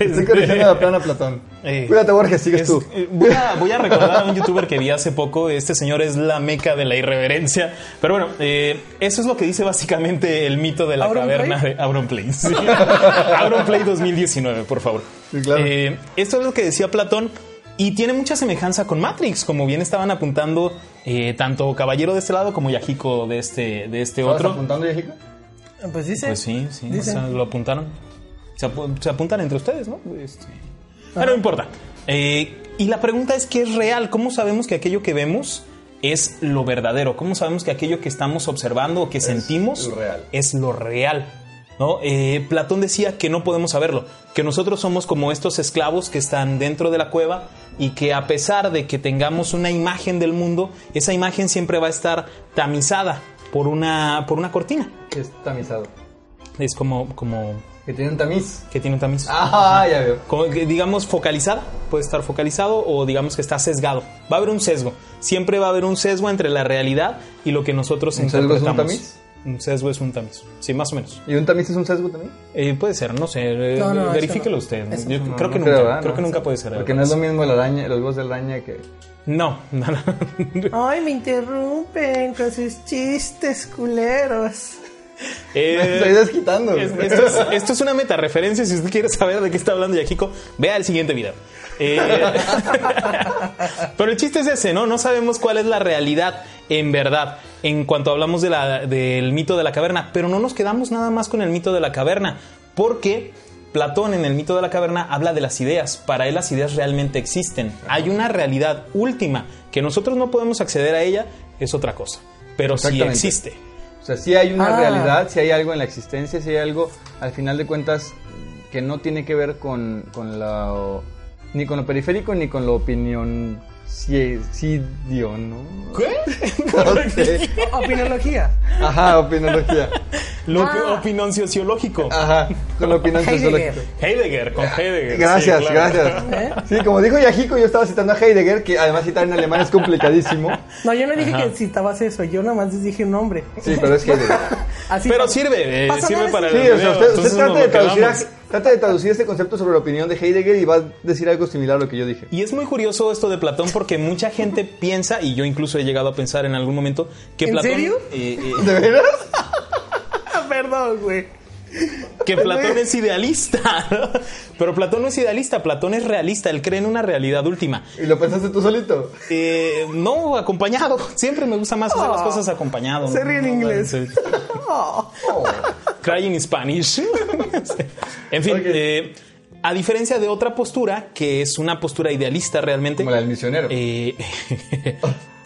C: Estoy corrigiendo la plana Platón.
B: Eh.
C: Cuídate, Borges, sigues
B: Es-
C: tú.
B: eh, voy, a, voy a recordar a un youtuber que vi hace poco. Este señor es la meca de la irreverencia. Pero bueno, eh, eso es lo que dice básicamente el mito de la
D: ¿Auron
B: caverna de Auron Play. sí. Auron Play 2019, por favor.
C: Sí, claro.
B: Eh, esto es lo que decía Platón. Y tiene mucha semejanza con Matrix, como bien estaban apuntando eh, tanto Caballero de este lado como Yajico de este, de este
C: ¿Estabas
B: otro.
C: apuntando, Yajico?
D: Pues dice.
B: Pues sí, sí, o
D: Dicen.
B: sea, lo apuntaron. Se, apu- se apuntan entre ustedes, ¿no? Este, Pero no importa. Eh, y la pregunta es ¿qué es real? ¿Cómo sabemos que aquello que vemos es lo verdadero? ¿Cómo sabemos que aquello que estamos observando o que sentimos
C: lo real.
B: es lo real? ¿no? Eh, Platón decía que no podemos saberlo, que nosotros somos como estos esclavos que están dentro de la cueva y que a pesar de que tengamos una imagen del mundo, esa imagen siempre va a estar tamizada por una, por una cortina.
C: Que es tamizado.
B: Es como, como
C: Que tiene un tamiz.
B: que tiene un tamiz.
C: Ah, ya veo.
B: Como que, digamos focalizada, puede estar focalizado o digamos que está sesgado. Va a haber un sesgo. Siempre va a haber un sesgo entre la realidad y lo que nosotros
C: ¿Un sesgo es un
B: interpretamos.
C: tamiz?
B: Un sesgo es un tamiz. Sí, más o menos.
C: ¿Y un tamiz es un sesgo también?
B: Eh, puede ser, no sé. eh,
D: No, no, eso
B: verifíquelo
D: no.
B: usted.
D: Eso
B: Yo creo que
C: No
B: nunca,
C: ¿verdad?
B: creo que
C: No,
B: nunca
C: sí.
B: puede ser. Eh,
C: Porque no es lo mismo la araña, los voz de la araña que...
B: No, no, no.
D: Ay, me interrumpen con sus chistes culeros.
B: Eh,
C: Me estoy desquitando.
B: es- esto, es, esto es una meta referencia. Si usted quiere saber de qué está hablando Yakiko, vea el siguiente video. Eh, pero el chiste es ese, ¿no? No sabemos cuál es la realidad en verdad en cuanto hablamos de la- del mito de la caverna, pero no nos quedamos nada más con el mito de la caverna, porque Platón en el mito de la caverna habla de las ideas. Para él las ideas realmente existen. Hay una realidad última que nosotros no podemos acceder a ella, es otra cosa, pero sí
C: Exactamente.
B: existe.
C: O sea, sí hay una
D: Ah.
C: realidad, sí hay algo en la existencia, sí hay algo, al final de cuentas, que no tiene que ver con, con lo... Ni con lo periférico, ni con la opinión... Sí, sí, dio, ¿no? No sé.
D: Opinología.
C: Ajá, opinología.
B: Lo que opinión sociológico.
C: Ajá, con la opinión
D: Heidegger.
C: sociológica.
B: Heidegger, con Heidegger.
C: Gracias,
B: sí, claro.
C: gracias.
D: ¿Eh?
C: Sí, como dijo Yajico, yo estaba citando a Heidegger, que además citar en alemán es complicadísimo.
D: No, yo no dije que citabas eso, yo nada más les dije un nombre.
C: Sí, pero es Heidegger.
D: Así
B: Pero
D: como-
B: sirve, eh,
D: Pásame
B: sirve
D: ese.
B: para el
C: Sí, o sea,
B: video,
C: usted, usted
B: entonces
C: trata,
B: nos
C: de
B: lo
C: traducir a-
B: quedamos.
C: trata de traducir este concepto sobre la opinión de Heidegger y va a decir algo similar a lo que yo dije.
B: Y es muy curioso esto de Platón porque mucha gente piensa, y yo incluso he llegado a pensar en algún momento, que
D: ¿En
B: Platón...
D: serio?
B: eh, eh,
C: ¿De veras?
D: Ah, perdón, güey.
B: que Platón es idealista. ¿no? Pero Platón no es idealista, Platón es realista, él cree en una realidad última.
C: ¿Y lo pensaste tú solito?
B: Eh, no, acompañado. Siempre me gusta más hacer las
D: Oh,
B: cosas acompañado.
D: se
B: ¿no?
D: ríe en
B: No,
D: inglés.
B: en serio.
D: Oh.
B: Crying in Spanish. en fin,
C: Ok.
B: eh, a diferencia de otra postura, que es una postura idealista realmente.
C: Como la del misionero.
B: eh,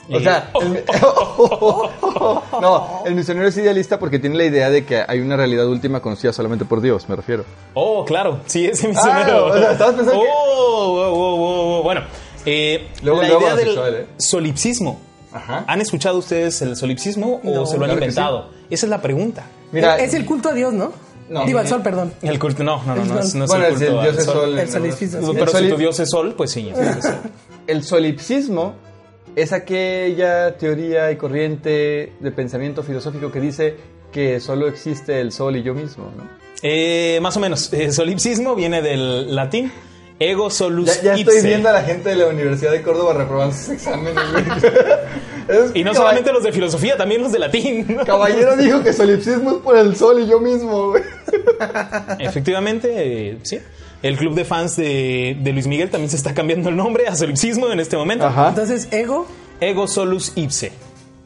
C: O
B: eh,
C: sea,
B: oh,
C: el- no, el misionero es idealista porque tiene la idea de que hay una realidad última conocida solamente por Dios, me refiero.
B: oh, claro, sí, ese misionero.
C: Ah, o sea, estabas pensando
B: oh,
C: que-
B: wow, wow, wow, wow, Bueno, eh,
C: Luego,
B: la
C: luego
B: idea del
C: asexual, ¿eh?
B: solipsismo.
C: Ajá.
B: ¿Han escuchado ustedes el solipsismo o
D: No,
B: se lo han
C: claro que
B: inventado? Esa es la pregunta.
C: Mira,
D: es el culto a Dios, ¿no?
C: No.
D: Digo, al sol, perdón.
B: El culto, no, no, no, no, es, no es
C: bueno,
B: el
C: es el
B: culto.
C: dios
B: al
C: es
B: sol.
C: sol.
D: El
C: ¿no?
D: solipsismo.
B: Pero
C: El
B: si tu
C: solip-
B: dios es sol, pues sí, es el sol.
C: El solipsismo es aquella teoría y corriente de pensamiento filosófico que dice que solo existe el sol y yo mismo, ¿no?
B: Eh, más o menos. Eh, solipsismo viene del latín ego solus
C: Ya, ya estoy
B: ipse.
C: viendo a la gente de la Universidad de Córdoba reprobando sus exámenes. güey. Es
B: Y no
C: caball-
B: solamente los de filosofía, también los de latín.
C: Caballero dijo que solipsismo es por el sol y yo mismo, güey.
B: Efectivamente, eh, sí. El club de fans de, de Luis Miguel también se está cambiando el nombre a solipsismo en este momento.
D: Entonces, ego.
B: Ego solus ipse.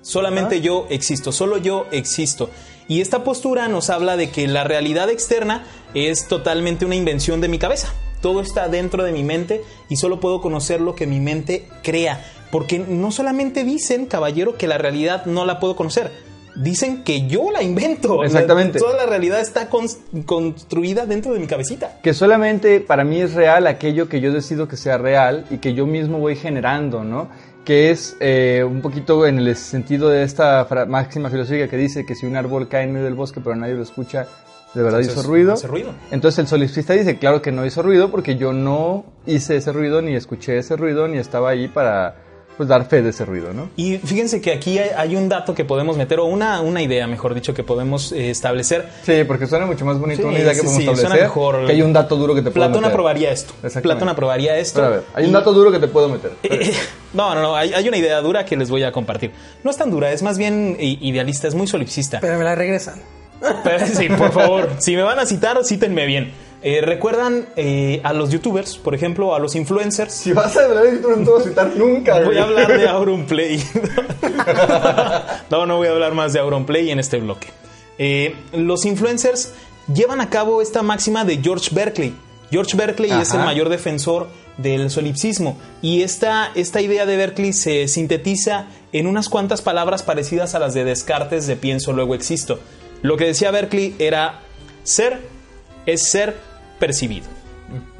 B: Solamente yo existo, solo yo existo. Y esta postura nos habla de que la realidad externa es totalmente una invención de mi cabeza. Todo está dentro de mi mente y solo puedo conocer lo que mi mente crea. Porque no solamente dicen, caballero, que la realidad no la puedo conocer. Dicen que yo la invento.
C: Exactamente.
B: La- toda la realidad está cons- construida dentro de mi cabecita.
C: Que solamente para mí es real aquello que yo decido que sea real y que yo mismo voy generando, ¿no? Que es eh, un poquito en el sentido de esta fra- máxima filosófica que dice que si un árbol cae en medio del bosque pero nadie lo escucha, de verdad
B: Entonces,
C: hizo ruido.
B: no hace ruido.
C: Entonces el solipsista dice, claro que no hizo ruido porque yo no hice ese ruido, ni escuché ese ruido, ni estaba ahí para pues, dar fe de ese ruido, ¿no?
B: Y fíjense que aquí hay, hay un dato que podemos meter, o una, una idea, mejor dicho, que podemos eh, establecer.
C: Sí, porque suena mucho más bonito
B: Sí,
C: una idea que
B: sí,
C: podemos
B: sí, suena
C: establecer
B: mejor.
C: que hay un dato duro que te puedo
B: Platón
C: meter.
B: aprobaría esto.
C: Exactamente.
B: Platón aprobaría esto.
C: Pero a ver, hay un
B: Y-
C: dato duro que te puedo meter.
B: Eh, No, no, no. Hay, hay una idea dura que les voy a compartir. No es tan dura, es más bien i- idealista, es muy solipsista.
D: Pero me la regresan.
B: Pero sí, por favor, si me van a citar, cítenme bien. Eh, ¿Recuerdan eh, a los youtubers, por ejemplo, a los influencers?
C: Si vas a hablar de YouTube no te voy a citar nunca,
B: Voy
C: güey.
B: a hablar de Auronplay. no, no voy a hablar más de Auronplay en este bloque. Eh, los influencers llevan a cabo esta máxima de George Berkeley. George Berkeley es el
C: Ajá.
B: mayor defensor del solipsismo y esta, esta idea de Berkeley se sintetiza en unas cuantas palabras parecidas a las de Descartes de pienso luego existo. Lo que decía Berkeley era Ser es ser percibido.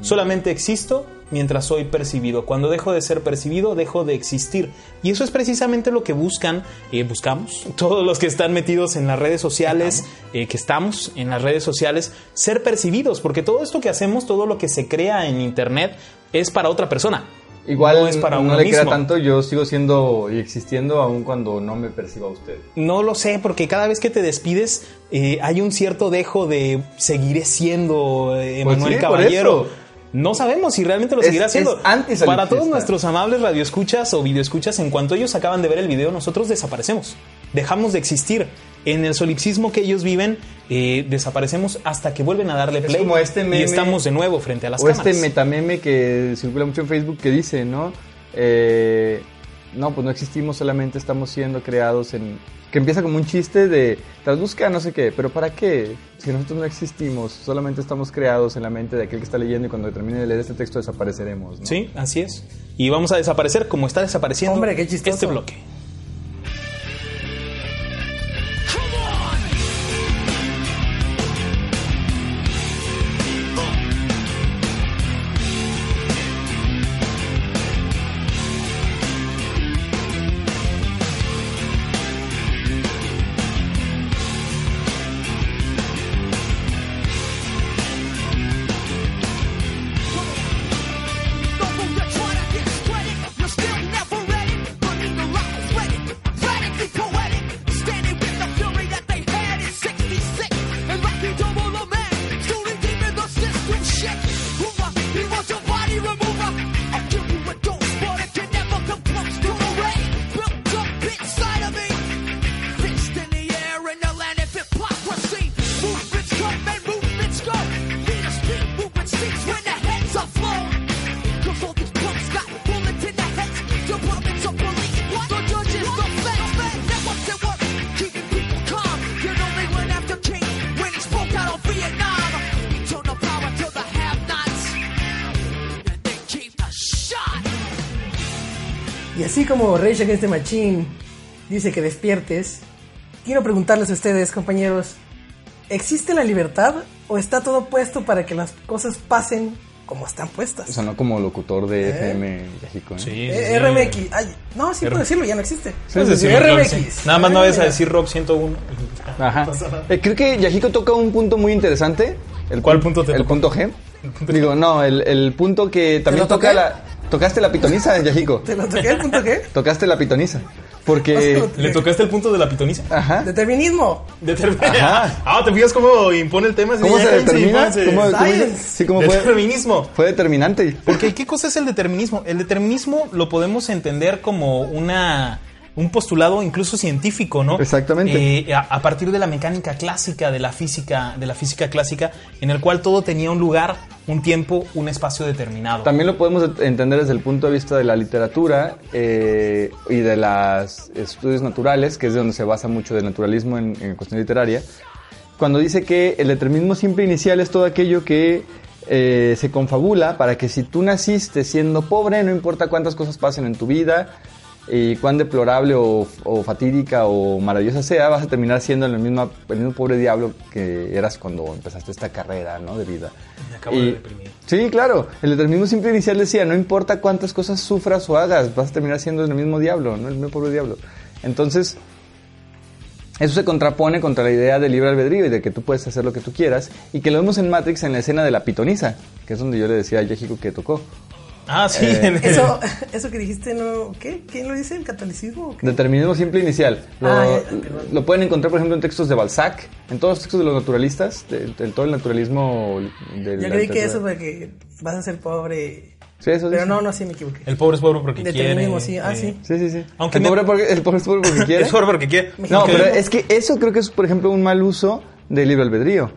B: Solamente existo mientras soy percibido. Cuando dejo de ser percibido, dejo de existir. Y eso es precisamente lo que buscan, eh, buscamos, todos los que están metidos en las redes sociales, eh, que estamos en las redes sociales, ser percibidos, porque todo esto que hacemos, todo lo que se crea en Internet, es para otra persona.
C: Igual
B: no es para uno
C: le queda
B: mismo.
C: tanto, yo sigo siendo y existiendo aun cuando no me perciba usted.
B: No lo sé, porque cada vez que te despides eh, hay un cierto dejo de seguiré siendo eh,
C: Pues
B: Emanuel
C: sí, por
B: Caballero.
C: eso.
B: No sabemos si realmente lo
C: Es-
B: seguirá
C: es
B: haciendo.
C: antisalutista.
B: Para todos nuestros amables radioescuchas o videoescuchas, en cuanto ellos acaban de ver el video, nosotros desaparecemos. Dejamos de existir. En el solipsismo que ellos viven, eh, desaparecemos hasta que vuelven a darle
C: Es
B: play.
C: como este meme-
B: y estamos de nuevo frente a las
C: o
B: cámaras.
C: este metameme que circula mucho en Facebook que dice, ¿no? Eh, no, pues no existimos, solamente estamos siendo creados en... Que empieza como un chiste de traduzca no sé qué, pero ¿para qué? Si nosotros no existimos, solamente estamos creados en la mente de aquel que está leyendo y cuando termine de leer este texto desapareceremos, ¿no?
B: Sí, así es. Y vamos a desaparecer como está desapareciendo
D: Hombre, qué chistoso.
B: este bloque.
E: Don't forget trying to get credit. You're still never ready. Burning the rock is ready. Radically poetic. Standing with the fury that they had in 66. And rocking double the man. Shooting deep in the system. Shit. Rumor. He was your body remover. I give you a dose, but it can never come close to the way. Built up inside of me. Fist in the air in the land of hypocrisy. Movements come and movements go. Leaders speak, movement cease when the heads are flown. Cause all these punks got bullets in their heads. Departments of police, what? the judges, the feds, networks at work, keeping people calm. You know they went after King when he spoke out on Vietnam. He turned the power to the have-nots. And they keep the shot.
D: Y así como Rage Against the Machine dice que despiertes, quiero preguntarles a ustedes, compañeros, ¿existe la libertad o está todo puesto para que las cosas pasen como están puestas?
C: O sea, no como locutor de FM México, ¿eh?
B: Sí, sí, sí.
D: Eh, RMX, ay, no, sí puedo decirlo, ya no existe.
B: Puedes
D: Sí,
B: decirlo, claro que
D: RMX.
B: Pues sí. Nada más no vayas a
D: Mira.
B: decir Rock 101.
C: Ajá. Eh, creo que Yajico toca un punto muy interesante. El
B: ¿Cuál
C: pun-
B: punto te
C: El
B: tocó?
C: punto G. Digo, no, el, el punto que también
D: lo toqué?
C: toca la... Tocaste la pitoniza, Yajico.
D: ¿Te lo toqué el punto qué?
C: Tocaste la pitoniza.
D: O
C: Porque...
D: sea,
B: ¿Le tocaste el punto de la pitoniza?
C: Ajá.
D: Determinismo.
B: Determin-
C: Ajá.
B: Ah, ¿te fijas cómo impone el tema? Sí,
C: ¿Cómo
B: ya
C: se
B: cállense,
C: determina?
B: imponse.
C: ¿Cómo, cómo-
D: Science.
C: sí, cómo fue,
B: Determinismo.
C: fue determinante.
B: Porque, ¿qué cosa es el determinismo? El determinismo lo podemos entender como una un postulado incluso científico, ¿no?
C: Exactamente.
B: Eh, a, a partir de la mecánica clásica, de la física, de la física clásica, en el cual todo tenía un lugar, un tiempo, un espacio determinado.
C: También lo podemos entender desde el punto de vista de la literatura eh, y de los estudios naturales, que es de donde se basa mucho del naturalismo en, en cuestión literaria, cuando dice que el determinismo simple inicial es todo aquello que eh, se confabula para que si tú naciste siendo pobre, no importa cuántas cosas pasen en tu vida y cuán deplorable o, o fatídica o maravillosa sea, vas a terminar siendo el mismo, el mismo pobre diablo que eras cuando empezaste esta carrera ¿no? de vida.
B: Me acabo de deprimir.
C: Sí, claro. El determinismo simple inicial decía, no importa cuántas cosas sufras o hagas, vas a terminar siendo el mismo diablo, ¿no? El mismo pobre diablo. Entonces, eso se contrapone contra la idea del libre albedrío y de que tú puedes hacer lo que tú quieras, y que lo vemos en Matrix en la escena de la pitoniza, que es donde yo le decía a Yejico que tocó.
B: Ah, sí.
C: Eh,
B: en-
D: Eso, eso que dijiste, no, ¿qué? ¿Quién lo dice? ¿El catolicismo? o qué?
C: Determinismo simple inicial. Lo,
D: Ah, ya, ya, perdón.
C: lo pueden encontrar, por ejemplo, en textos de Balzac, en todos los textos de los naturalistas, del del- todo el naturalismo del...
D: Yo creí que eso fue que vas a ser pobre.
C: Sí, eso
D: Pero
C: dice.
D: no, no, sí me equivoqué.
B: el pobre es pobre porque
D: Determinismo,
B: quiere.
D: sí, ah,
B: eh,
D: sí.
C: Sí, sí, sí.
B: Aunque
C: el,
B: me-
C: pobre porque- el pobre es pobre porque quiere.
B: Es pobre porque quiere.
C: No,
B: Ok.
C: pero es que eso creo que es, por ejemplo, un mal uso del libre albedrío.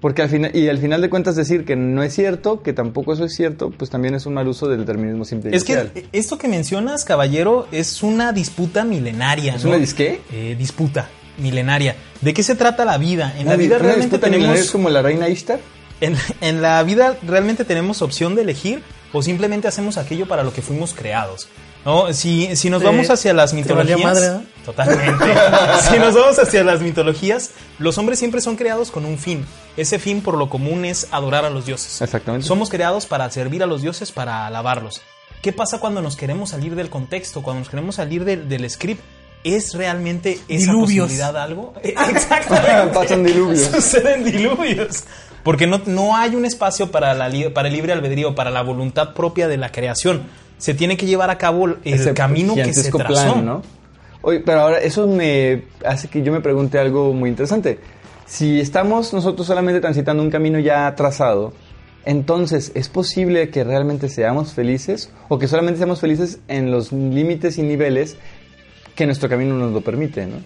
C: Porque al final, y al final de cuentas decir que no es cierto, que tampoco eso es cierto, pues también es un mal uso del determinismo simple.
B: Es que
C: inicial.
B: esto que mencionas, caballero, es una disputa milenaria.
C: ¿Es
B: ¿no?
C: una dis- qué?
B: Eh, disputa milenaria. ¿De qué se trata la vida? En
C: Una
B: la
C: di-
B: vida
C: una
B: realmente
C: disputa milenaria es
B: tenemos
C: como la reina Ishtar.
B: en, en la vida realmente tenemos opción de elegir o simplemente hacemos aquello para lo que fuimos creados. No, si, si nos
D: Te-
B: vamos hacia las
D: te valía
B: mitologías.
D: madre, ¿no?
B: Totalmente. si nos vamos hacia las mitologías, los hombres siempre son creados con un fin. Ese fin por lo común es adorar a los dioses.
C: Exactamente.
B: Somos creados para servir a los dioses, para alabarlos. ¿Qué pasa cuando nos queremos salir del contexto, cuando nos queremos salir del- del script? ¿Es realmente esa
D: Diluvios.
B: posibilidad algo? Eh, Exactamente.
C: Pasan diluvios.
B: Suceden diluvios. Porque no, no hay un espacio para, la li- para el libre albedrío, para la voluntad propia de la creación. Se tiene que llevar a cabo el
C: Ese
B: camino que se
C: gigantesco
B: trazó.
C: ¿no? Oye, pero ahora eso me hace que yo me pregunte algo muy interesante. Si estamos nosotros solamente transitando un camino ya trazado, entonces, ¿es posible que realmente seamos felices o que solamente seamos felices en los límites y niveles que nuestro camino nos lo permite, ¿no?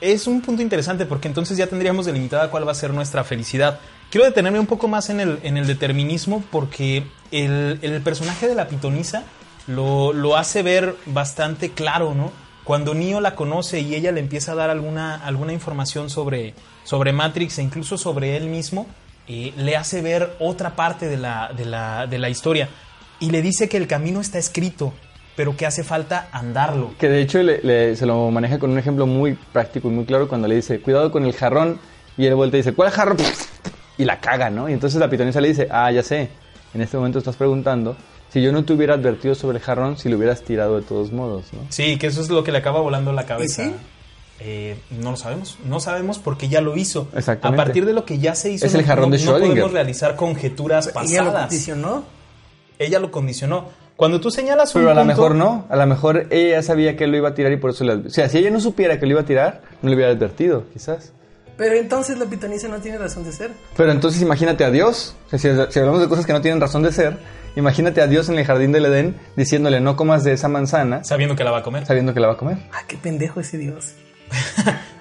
B: Es un punto interesante porque entonces ya tendríamos delimitada cuál va a ser nuestra felicidad. Quiero detenerme un poco más en el, en el determinismo porque el, el personaje de la pitonisa lo, lo hace ver bastante claro, ¿no? Cuando Neo la conoce y ella le empieza a dar alguna, alguna información sobre, sobre Matrix e incluso sobre él mismo, eh, le hace ver otra parte de la, de la- de la historia y le dice que el camino está escrito, pero que hace falta andarlo.
C: Que de hecho le- le- se lo maneja con un ejemplo muy práctico y muy claro cuando le dice, cuidado con el jarrón. Y él vuelve y dice, ¿cuál jarro? Y la caga, ¿no? Y entonces la pitonisa le dice, ah, ya sé, en este momento estás preguntando, si yo no te hubiera advertido sobre el jarrón, si lo hubieras tirado de todos modos, ¿no?
B: Sí, que eso es lo que le acaba volando la cabeza.
D: ¿Y sí?
B: Eh, no lo sabemos. No sabemos porque ya lo hizo.
C: Exactamente.
B: A partir de lo que ya se hizo,
C: Es el
B: no-
C: jarrón
B: no-
C: de
B: no podemos
C: Schrödinger.
B: realizar conjeturas
D: Ella lo
B: pasadas.
D: condicionó.
B: Ella lo condicionó. Cuando tú señalas un
C: Pero a lo
B: punto-
C: mejor no, a lo mejor ella sabía que él lo iba a tirar y por eso le adv- O sea, si ella no supiera que lo iba a tirar, no le hubiera advertido, quizás.
D: Pero entonces la pitoniza no tiene razón de ser.
C: Pero entonces imagínate a Dios. O sea, si, si hablamos de cosas que no tienen razón de ser, imagínate a Dios en el jardín del Edén diciéndole, no comas de esa manzana,
B: Sabiendo que la va a comer.
C: sabiendo que la va a comer.
D: Ah, qué pendejo ese dios.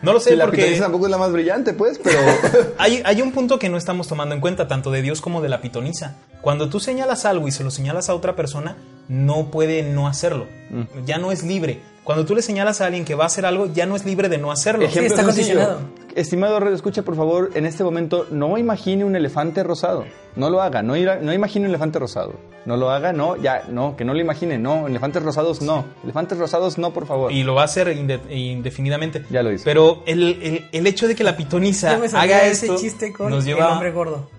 B: No lo sé
C: Y la
B: porque...
C: pitonisa tampoco es la más brillante, pues, pero...
B: Hay, hay un punto que no estamos tomando en cuenta, tanto de Dios como de la pitonisa. Cuando tú señalas algo y se lo señalas a otra persona, no puede no hacerlo.
C: Mm.
B: Ya no es libre. Cuando tú le señalas a alguien que va a hacer algo, ya no es libre de no hacerlo.
D: Sí, está
C: sencillo.
D: condicionado.
C: Estimado Red, escucha, por favor, en este momento no imagine un elefante rosado. No lo haga, no, ira- no imagine un elefante rosado. No lo haga, no, ya, no, que no lo imagine, no. Elefantes rosados, no. Elefantes rosados, no, por favor.
B: Y lo va a hacer inde- indefinidamente.
C: Ya lo hizo.
B: Pero el, el- el hecho de que la pitonisa
D: Yo me sabía
B: haga
D: ese
B: esto
D: chiste con
B: nos
D: el
B: lleva
D: hombre gordo.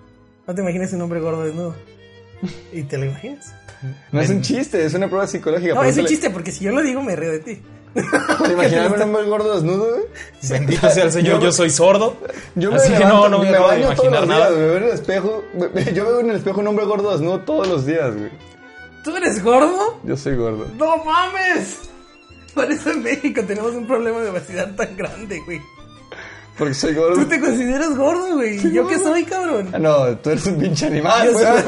D: No te imaginas un hombre gordo desnudo. ¿Y te lo imaginas?
C: no es un chiste, es una prueba psicológica.
D: No, es un
C: Pregúntale-
D: chiste porque si yo lo digo me río de ti.
C: ¿Te imaginas un hombre gordo desnudo, güey?
B: Bendito sea el Señor, yo, soy sordo.
C: Yo me,
B: así que no,
C: levanto,
B: no me,
C: me
B: acabo de
C: baño todos
B: imaginar
C: los
B: nada.
C: días, me veo en el espejo. me- me- yo veo en el espejo un hombre gordo desnudo todos los días, güey.
D: ¿Tú eres gordo?
C: Yo soy gordo.
D: ¡No mames! Por eso en México tenemos un problema de obesidad tan grande, güey.
C: Porque soy gordo.
D: Tú te consideras gordo, güey. ¿Y ¿Yo qué soy, cabrón?
C: Ah, No, tú eres un pinche animal.
D: Yo
C: güey.
D: soy-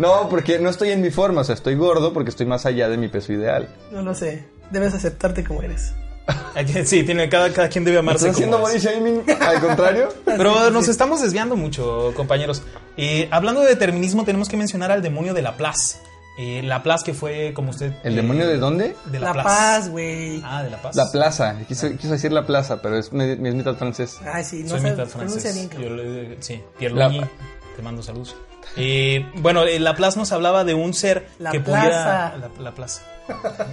C: No, porque no estoy en mi forma, o sea, estoy gordo porque estoy más allá de mi peso ideal.
D: No lo sé. Debes aceptarte como eres.
B: Sí, tiene, cada, cada quien debe amarse
C: ¿Estás
B: como
C: haciendo
B: es.
C: body shaming al contrario?
B: Pero nos estamos desviando mucho, compañeros. Eh, hablando de determinismo, tenemos que mencionar al demonio de Laplace. Eh, Laplace que fue, como usted...
C: ¿El
B: eh,
C: demonio de dónde?
B: De
D: La,
B: Laplace.
D: paz, güey.
B: Ah, de La Paz.
C: La plaza. Quiso, quiso decir la plaza, pero es, me- es mitad francés.
D: Ay, sí, no
B: Soy
D: sé.
B: mitad
D: Pronuncia bien,
B: francés.
D: cabrón.
B: Yo le- sí, Pierre Lugny,
C: La-
B: te mando saludos. Eh, bueno, eh, Laplace nos hablaba de un ser
D: La
B: que
D: plaza.
B: pudiera... La, la plaza.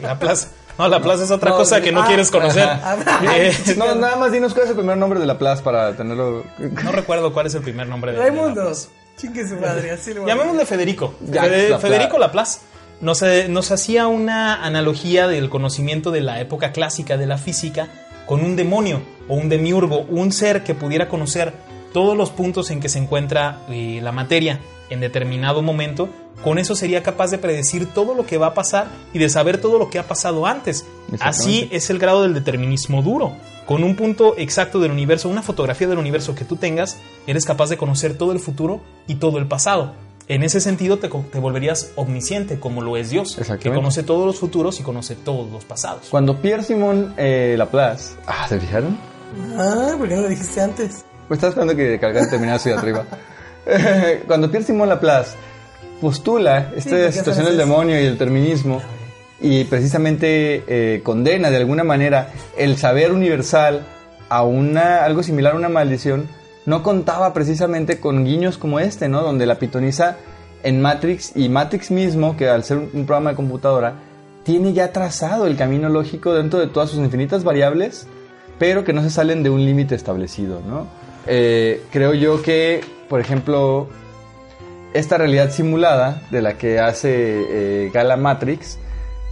B: La plaza. No, la plaza es otra
D: No,
B: cosa que no
D: ah,
B: quieres conocer.
D: ah,
B: Eh,
C: No, nada más dinos cuál es el primer nombre de la plaza para tenerlo.
B: no recuerdo cuál es el primer nombre de, de
D: Raimundo.
B: Laplace.
D: Chingue su madre, así lo voy a-
B: Llamémosle Federico.
C: Ya,
B: Fede-
C: Laplace.
B: Federico Laplace nos, eh, nos hacía una analogía del conocimiento de la época clásica de la física con un demonio o un demiurgo, un ser que pudiera conocer todos los puntos en que se encuentra eh, la materia en determinado momento. Con eso sería capaz de predecir todo lo que va a pasar y de saber todo lo que ha pasado antes. Así es el grado del determinismo duro. Con un punto exacto del universo, una fotografía del universo que tú tengas, eres capaz de conocer todo el futuro y todo el pasado. En ese sentido te, co- te volverías omnisciente, como lo es Dios, que
C: Exactamente.
B: conoce todos los futuros y conoce todos los pasados.
C: Cuando Pierre Simon eh, Laplace. Ah, ¿se fijaron?
D: Ah, ¿por qué no lo dijiste antes?
C: Pues estaba esperando que Calcán terminara su diatriba. Eh, Cuando Pierre Simon Laplace postula
D: porque
C: esta
D: es
C: situación del
D: francés.
C: demonio y el determinismo y precisamente eh, condena de alguna manera el saber universal a una, algo similar a una maldición, no contaba precisamente con guiños como este, ¿no? Donde la pitoniza en Matrix y Matrix mismo, que al ser un un programa de computadora, tiene ya trazado el camino lógico dentro de todas sus infinitas variables, pero que no se salen de un límite establecido, ¿no? Eh, creo yo que, por ejemplo, esta realidad simulada de la que hace eh, Gala Matrix,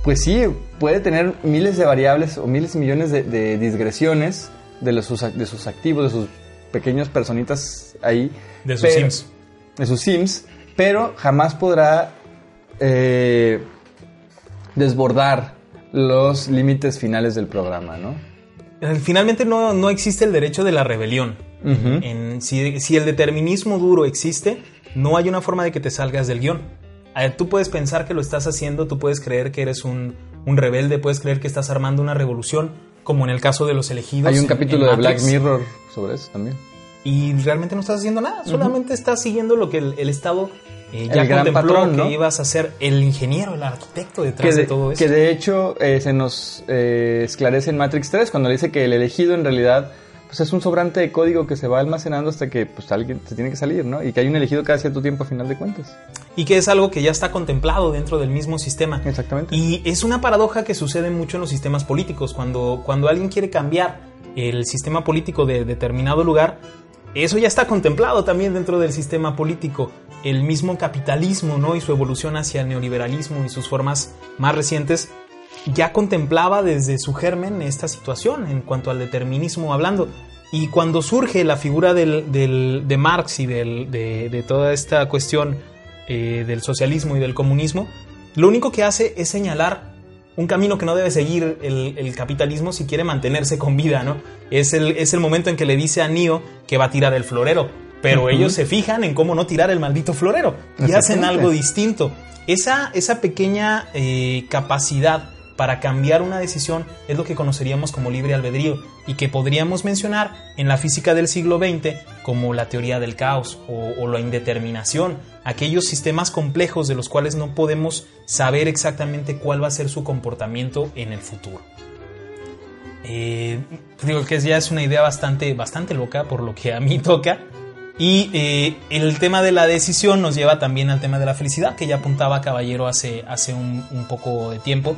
C: pues sí, puede tener miles de variables o miles y millones de, de digresiones de, los, sus- de sus activos, de sus pequeños personitas ahí.
B: De sus
C: pero-
B: Sims.
C: De sus Sims, pero jamás podrá eh, desbordar los límites finales del programa, ¿no?
B: Eh, Finalmente no, no existe el derecho de la rebelión.
C: Ujú.
B: En- si, si el determinismo duro existe, no hay una forma de que te salgas del guión. A ver, tú puedes pensar que lo estás haciendo, tú puedes creer que eres un, un rebelde, puedes creer que estás armando una revolución, como en el caso de los elegidos.
C: Hay un
B: en-
C: capítulo
B: en
C: de Black
B: Matrix.
C: Mirror sobre eso también.
B: y realmente no estás haciendo nada, solamente estás siguiendo lo que el, el Estado eh, ya
C: El gran
B: contempló
C: patrón,
B: que
C: ¿no?
B: ibas a ser el ingeniero, el arquitecto
C: Que
B: detrás de,
C: de,
B: todo eso.
C: que de hecho eh, se nos eh, esclarece en Matrix 3 cuando le dice que el elegido en realidad pues es un sobrante de código que se va almacenando hasta que pues alguien se tiene que salir, ¿no? Y que hay un elegido cada cierto tiempo a final de cuentas.
B: y que es algo que ya está contemplado dentro del mismo sistema.
C: Exactamente.
B: Y es una paradoja que sucede mucho en los sistemas políticos. Cuando, cuando alguien quiere cambiar el sistema político de determinado lugar, eso ya está contemplado también dentro del sistema político. El mismo capitalismo ¿no? y su evolución hacia el neoliberalismo y sus formas más recientes ya contemplaba desde su germen esta situación en cuanto al determinismo hablando. Y cuando surge la figura del- del- de Marx y del- de, de toda esta cuestión eh, del socialismo y del comunismo, lo único que hace es señalar un camino que no debe seguir el, el capitalismo si quiere mantenerse con vida, ¿no? Es el, es el momento en que le dice a Neo que va a tirar el florero, pero ellos se fijan en cómo no tirar el maldito florero y hacen
C: Exactamente.
B: algo distinto. Esa, esa pequeña eh, capacidad para cambiar una decisión es lo que conoceríamos como libre albedrío y que podríamos mencionar en la física del siglo XX como la teoría del caos o, o la indeterminación, aquellos sistemas complejos de los cuales no podemos saber exactamente cuál va a ser su comportamiento en el futuro. Eh, digo que ya es una idea bastante, bastante loca por lo que a mí toca. Y eh, el tema de la decisión nos lleva también al tema de la felicidad, que ya apuntaba Caballero hace, hace un, un poco de tiempo.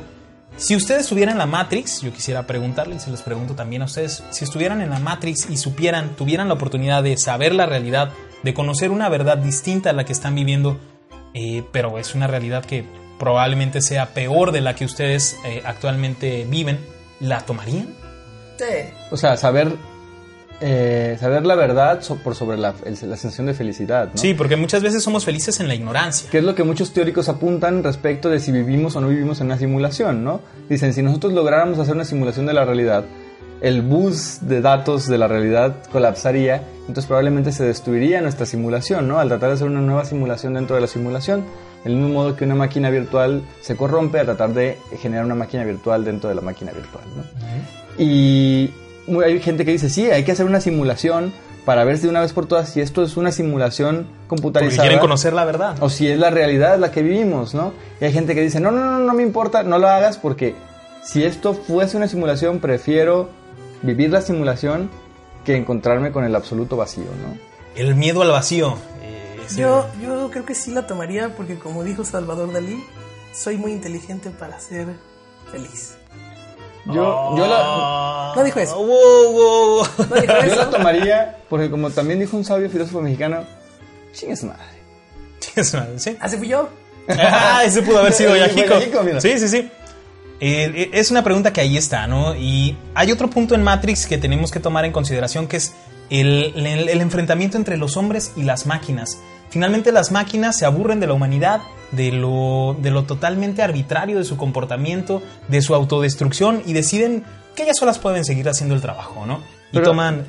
B: Si ustedes estuvieran en la Matrix, yo quisiera preguntarle y se los pregunto también a ustedes, si estuvieran en la Matrix y supieran, tuvieran la oportunidad de saber la realidad, de conocer una verdad distinta a la que están viviendo, eh, pero es una realidad que probablemente sea peor de la que ustedes eh, actualmente viven, ¿la tomarían?
D: Sí.
C: O sea, saber eh, saber la verdad so- por sobre la, el- la sensación de felicidad, ¿no?
B: Sí, porque muchas veces somos felices en la ignorancia.
C: que es lo que muchos teóricos apuntan respecto de si vivimos o no vivimos en una simulación, ¿no? Dicen, si nosotros lográramos hacer una simulación de la realidad, el bus de datos de la realidad colapsaría, entonces probablemente se destruiría nuestra simulación, ¿no? Al tratar de hacer una nueva simulación dentro de la simulación, del mismo modo que una máquina virtual se corrompe al tratar de generar una máquina virtual dentro de la máquina virtual, ¿no? Y mu- hay gente que dice, sí, hay que hacer una simulación para ver si de una vez por todas si esto es una simulación
B: Porque
C: computarizada
B: quieren conocer la verdad.
C: o si es la realidad la que vivimos, ¿no? Y hay gente que dice, no, no, no, no me importa, no lo hagas porque si esto fuese una simulación, prefiero vivir la simulación que encontrarme con el absoluto vacío, ¿no?
B: El miedo al vacío. eh, es
D: Yo, yo creo que sí la tomaría porque como dijo Salvador Dalí, soy muy inteligente para ser feliz.
C: Yo, yo, la,
D: No dijo eso.
B: Ah, Wow, wow, wow.
D: No dijo
C: yo la
D: eso.
C: tomaría porque como también dijo un sabio filósofo mexicano, chingas madre.
B: Tienes razón, sí.
D: Así fui yo.
B: Ah, ese pudo haber sido
C: Fue
B: Yajico.
C: Yajico, mira.
B: Sí, sí, sí. Eh, eh, es una pregunta que ahí está, ¿no? Y hay otro punto en Matrix que tenemos que tomar en consideración que es el, el- el enfrentamiento entre los hombres y las máquinas. Finalmente las máquinas se aburren de la humanidad, de lo, de lo totalmente arbitrario de su comportamiento, de su autodestrucción y deciden que ellas solas pueden seguir haciendo el trabajo, ¿no? Y
C: Pero-
B: toman,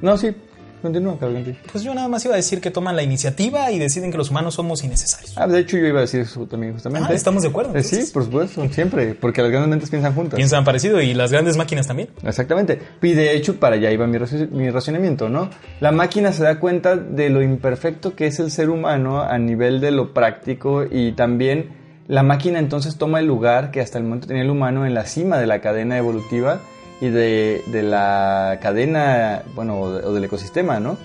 C: No, sí, continúa, Carlos.
B: pues yo nada más iba a decir que toman la iniciativa y deciden que los humanos somos innecesarios.
C: Ah, de hecho yo iba a decir eso también justamente.
B: Ah, estamos de acuerdo.
C: Eh, sí,
B: entonces.
C: por supuesto, siempre, porque las grandes mentes piensan juntas.
B: Piensan parecido y las grandes máquinas también.
C: Exactamente. Y de hecho, para allá iba mi, raci- mi racionamiento, ¿no? La máquina se da cuenta de lo imperfecto que es el ser humano a nivel de lo práctico y también la máquina entonces toma el lugar que hasta el momento tenía el humano en la cima de la cadena evolutiva y de, de la cadena, bueno, o, de- o del ecosistema, ¿no?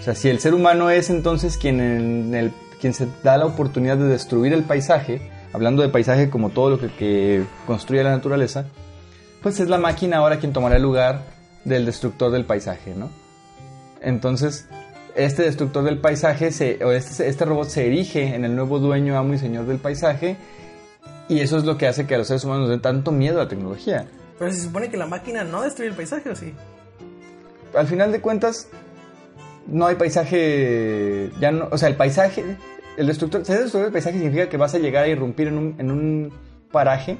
C: O sea, si el ser humano es entonces quien, en el- quien se da la oportunidad de destruir el paisaje, hablando de paisaje como todo lo que, que construye la naturaleza, pues es la máquina ahora quien tomará el lugar del destructor del paisaje, ¿no? Entonces, este destructor del paisaje, se, o este, este robot se erige en el nuevo dueño, amo y señor del paisaje, y eso es lo que hace que a los seres humanos nos den tanto miedo a la tecnología.
D: Pero se supone que la máquina no destruye el paisaje, ¿o sí?
C: al final de cuentas, no hay paisaje. Ya no, o sea, el paisaje. El destructor. Ser destructor del paisaje significa que vas a llegar a irrumpir en un, en un paraje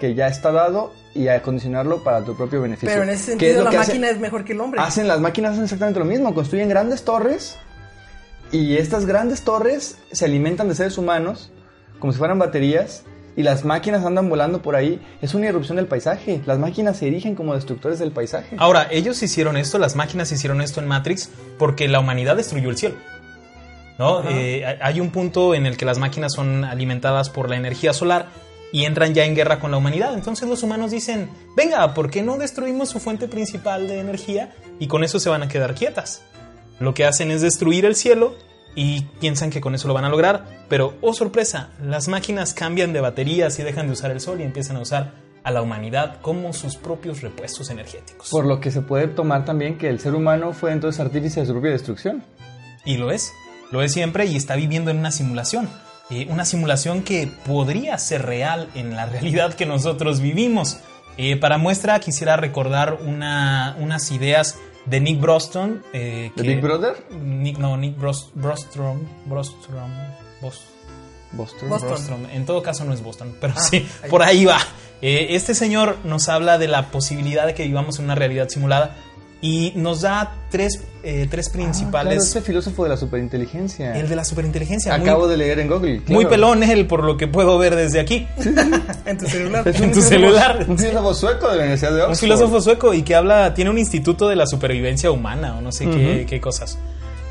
C: que ya está dado y a acondicionarlo para tu propio beneficio.
D: Pero en ese
C: Que es
D: sentido
C: lo
D: la
C: que hace-
D: máquina es mejor que el
B: Ah,
D: hombre.
C: Hacen las máquinas hacen exactamente lo mismo, construyen grandes torres y estas grandes torres se alimentan de seres humanos como si fueran baterías y las máquinas andan volando por ahí. Es una irrupción del paisaje. Las máquinas se erigen como destructores del paisaje.
B: Ahora, ellos hicieron esto, las máquinas hicieron esto en Matrix porque la humanidad destruyó el cielo. ¿no? Eh, ha- hay un punto en el que las máquinas son alimentadas por la energía solar y entran ya en guerra con la humanidad. Entonces los humanos dicen, venga, ¿por qué no destruimos su fuente principal de energía? Y con eso se van a quedar quietas. Lo que hacen es destruir el cielo y piensan que con eso lo van a lograr. Pero, oh sorpresa, las máquinas cambian de baterías y dejan de usar el sol y empiezan a usar a la humanidad como sus propios repuestos energéticos.
C: Por lo que se puede tomar también que el ser humano fue entonces artífice de su propia destrucción.
B: Y lo es, lo es siempre y está viviendo en una simulación. Eh, una simulación que podría ser real en la realidad que nosotros vivimos. Eh, para muestra quisiera recordar una- unas ideas de Nick Broston. eh,
C: ¿The
B: que-
C: Big Brother?
B: Nick, no, Nick Bros- Brostrom. Brostrom. Bos-
C: Boston.
D: Boston.
B: Bostrom. En todo caso no es Boston, pero sí, por ahí va. Eh, este señor nos habla de la posibilidad de que vivamos en una realidad simulada y nos da tres, eh, tres
C: Claro,
B: principales
C: este filósofo de la superinteligencia.
B: el de la superinteligencia. muy-
C: Acabo de leer en Google.
B: Muy
C: claro.
B: pelón él, por lo que puedo ver desde aquí.
D: En tu celular.
C: Es
B: en tu celular.
C: Un filósofo sueco de la Universidad de Oxford.
B: Un filósofo sueco y que habla, tiene un instituto de la supervivencia humana o no sé qué, qué cosas.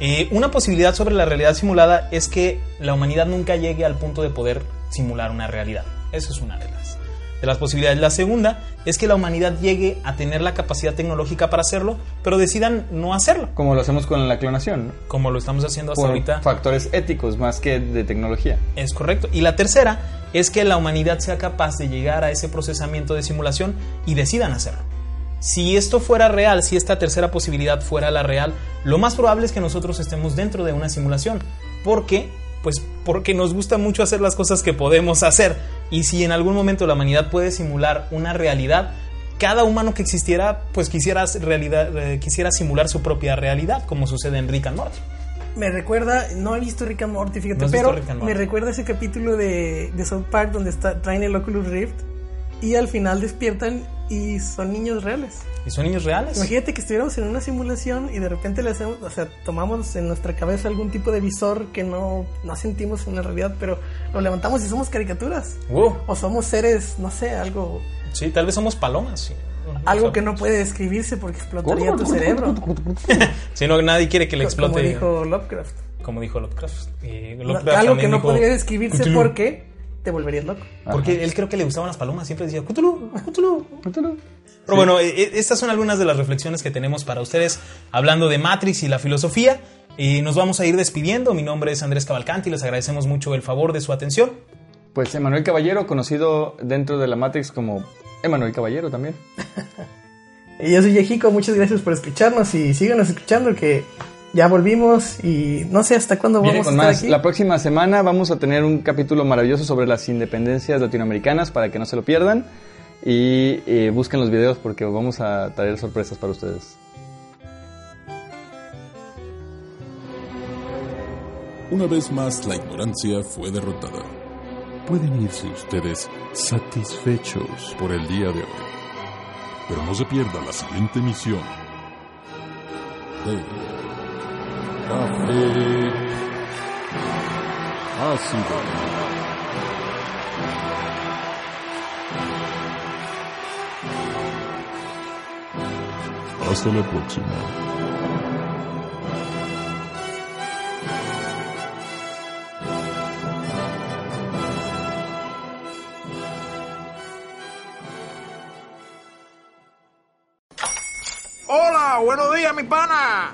B: Eh, una posibilidad sobre la realidad simulada es que la humanidad nunca llegue al punto de poder simular una realidad. Eso es una de las, de las posibilidades. La segunda es que la humanidad llegue a tener la capacidad tecnológica para hacerlo, pero decidan no hacerlo,
C: Como lo hacemos con la clonación. ¿no?
B: como lo estamos haciendo hasta
C: Por
B: ahorita.
C: factores éticos más que de tecnología.
B: Es correcto. Y la tercera es que la humanidad sea capaz de llegar a ese procesamiento de simulación y decidan hacerlo. Si esto fuera real, si esta tercera posibilidad fuera la real, lo más probable es que nosotros estemos dentro de una simulación. ¿Por qué? Pues porque nos gusta mucho hacer las cosas que podemos hacer. Y si en algún momento la humanidad puede simular una realidad, cada humano que existiera, pues quisiera, realidad, eh, quisiera simular su propia realidad, como sucede en Rick and Morty.
D: Me recuerda, no he visto Rick and Morty, fíjate,
B: No has visto
D: pero
B: Rick and Morty.
D: me recuerda ese capítulo de, de South Park donde está, traen el Oculus Rift y al final despiertan y son niños reales.
B: ¿Y son niños reales?
D: Imagínate que estuviéramos en una simulación y de repente le hacemos, o sea, tomamos en nuestra cabeza algún tipo de visor que no, no sentimos en la realidad, pero lo levantamos y somos caricaturas.
B: Wow.
D: O somos seres, no sé, algo,
B: Sí, tal vez somos palomas. sí.
D: algo que no puede describirse porque explotaría tu cerebro.
B: Si no, nadie quiere que le explote.
D: Pues, Como dijo Lovecraft.
B: como dijo Lovecraft. Eh,
D: No,
B: Lovecraft
D: algo que
B: también
D: no
B: dijo-
D: podría describirse
B: Cthulhu.
D: porque te volverías loco.
B: Porque él creo que le gustaban las palomas, siempre decía Cthulhu, Cthulhu, Cthulhu". Pero bueno, eh, eh, estas son algunas de las reflexiones que tenemos para ustedes hablando de Matrix y la filosofía. Eh, nos vamos a ir despidiendo. Mi nombre es Andrés Cavalcanti. Les agradecemos mucho el favor de su atención.
C: Pues Emanuel Caballero, conocido dentro de la Matrix como Emanuel Caballero también.
D: Y yo soy Yejico, muchas gracias por escucharnos y síganos escuchando que ya volvimos y no sé hasta cuándo
C: Viene
D: vamos a
C: con
D: estar
C: más.
D: aquí.
C: La próxima semana vamos a tener un capítulo maravilloso sobre las independencias latinoamericanas para que no se lo pierdan. Y eh, busquen los videos porque vamos a traer sorpresas para ustedes.
A: Una vez más, la ignorancia fue derrotada. Pueden irse ustedes satisfechos por el día de hoy. Pero no se pierda la siguiente emisión de Café Ácido. Hasta la próxima.
F: Hola, buenos días, mi pana.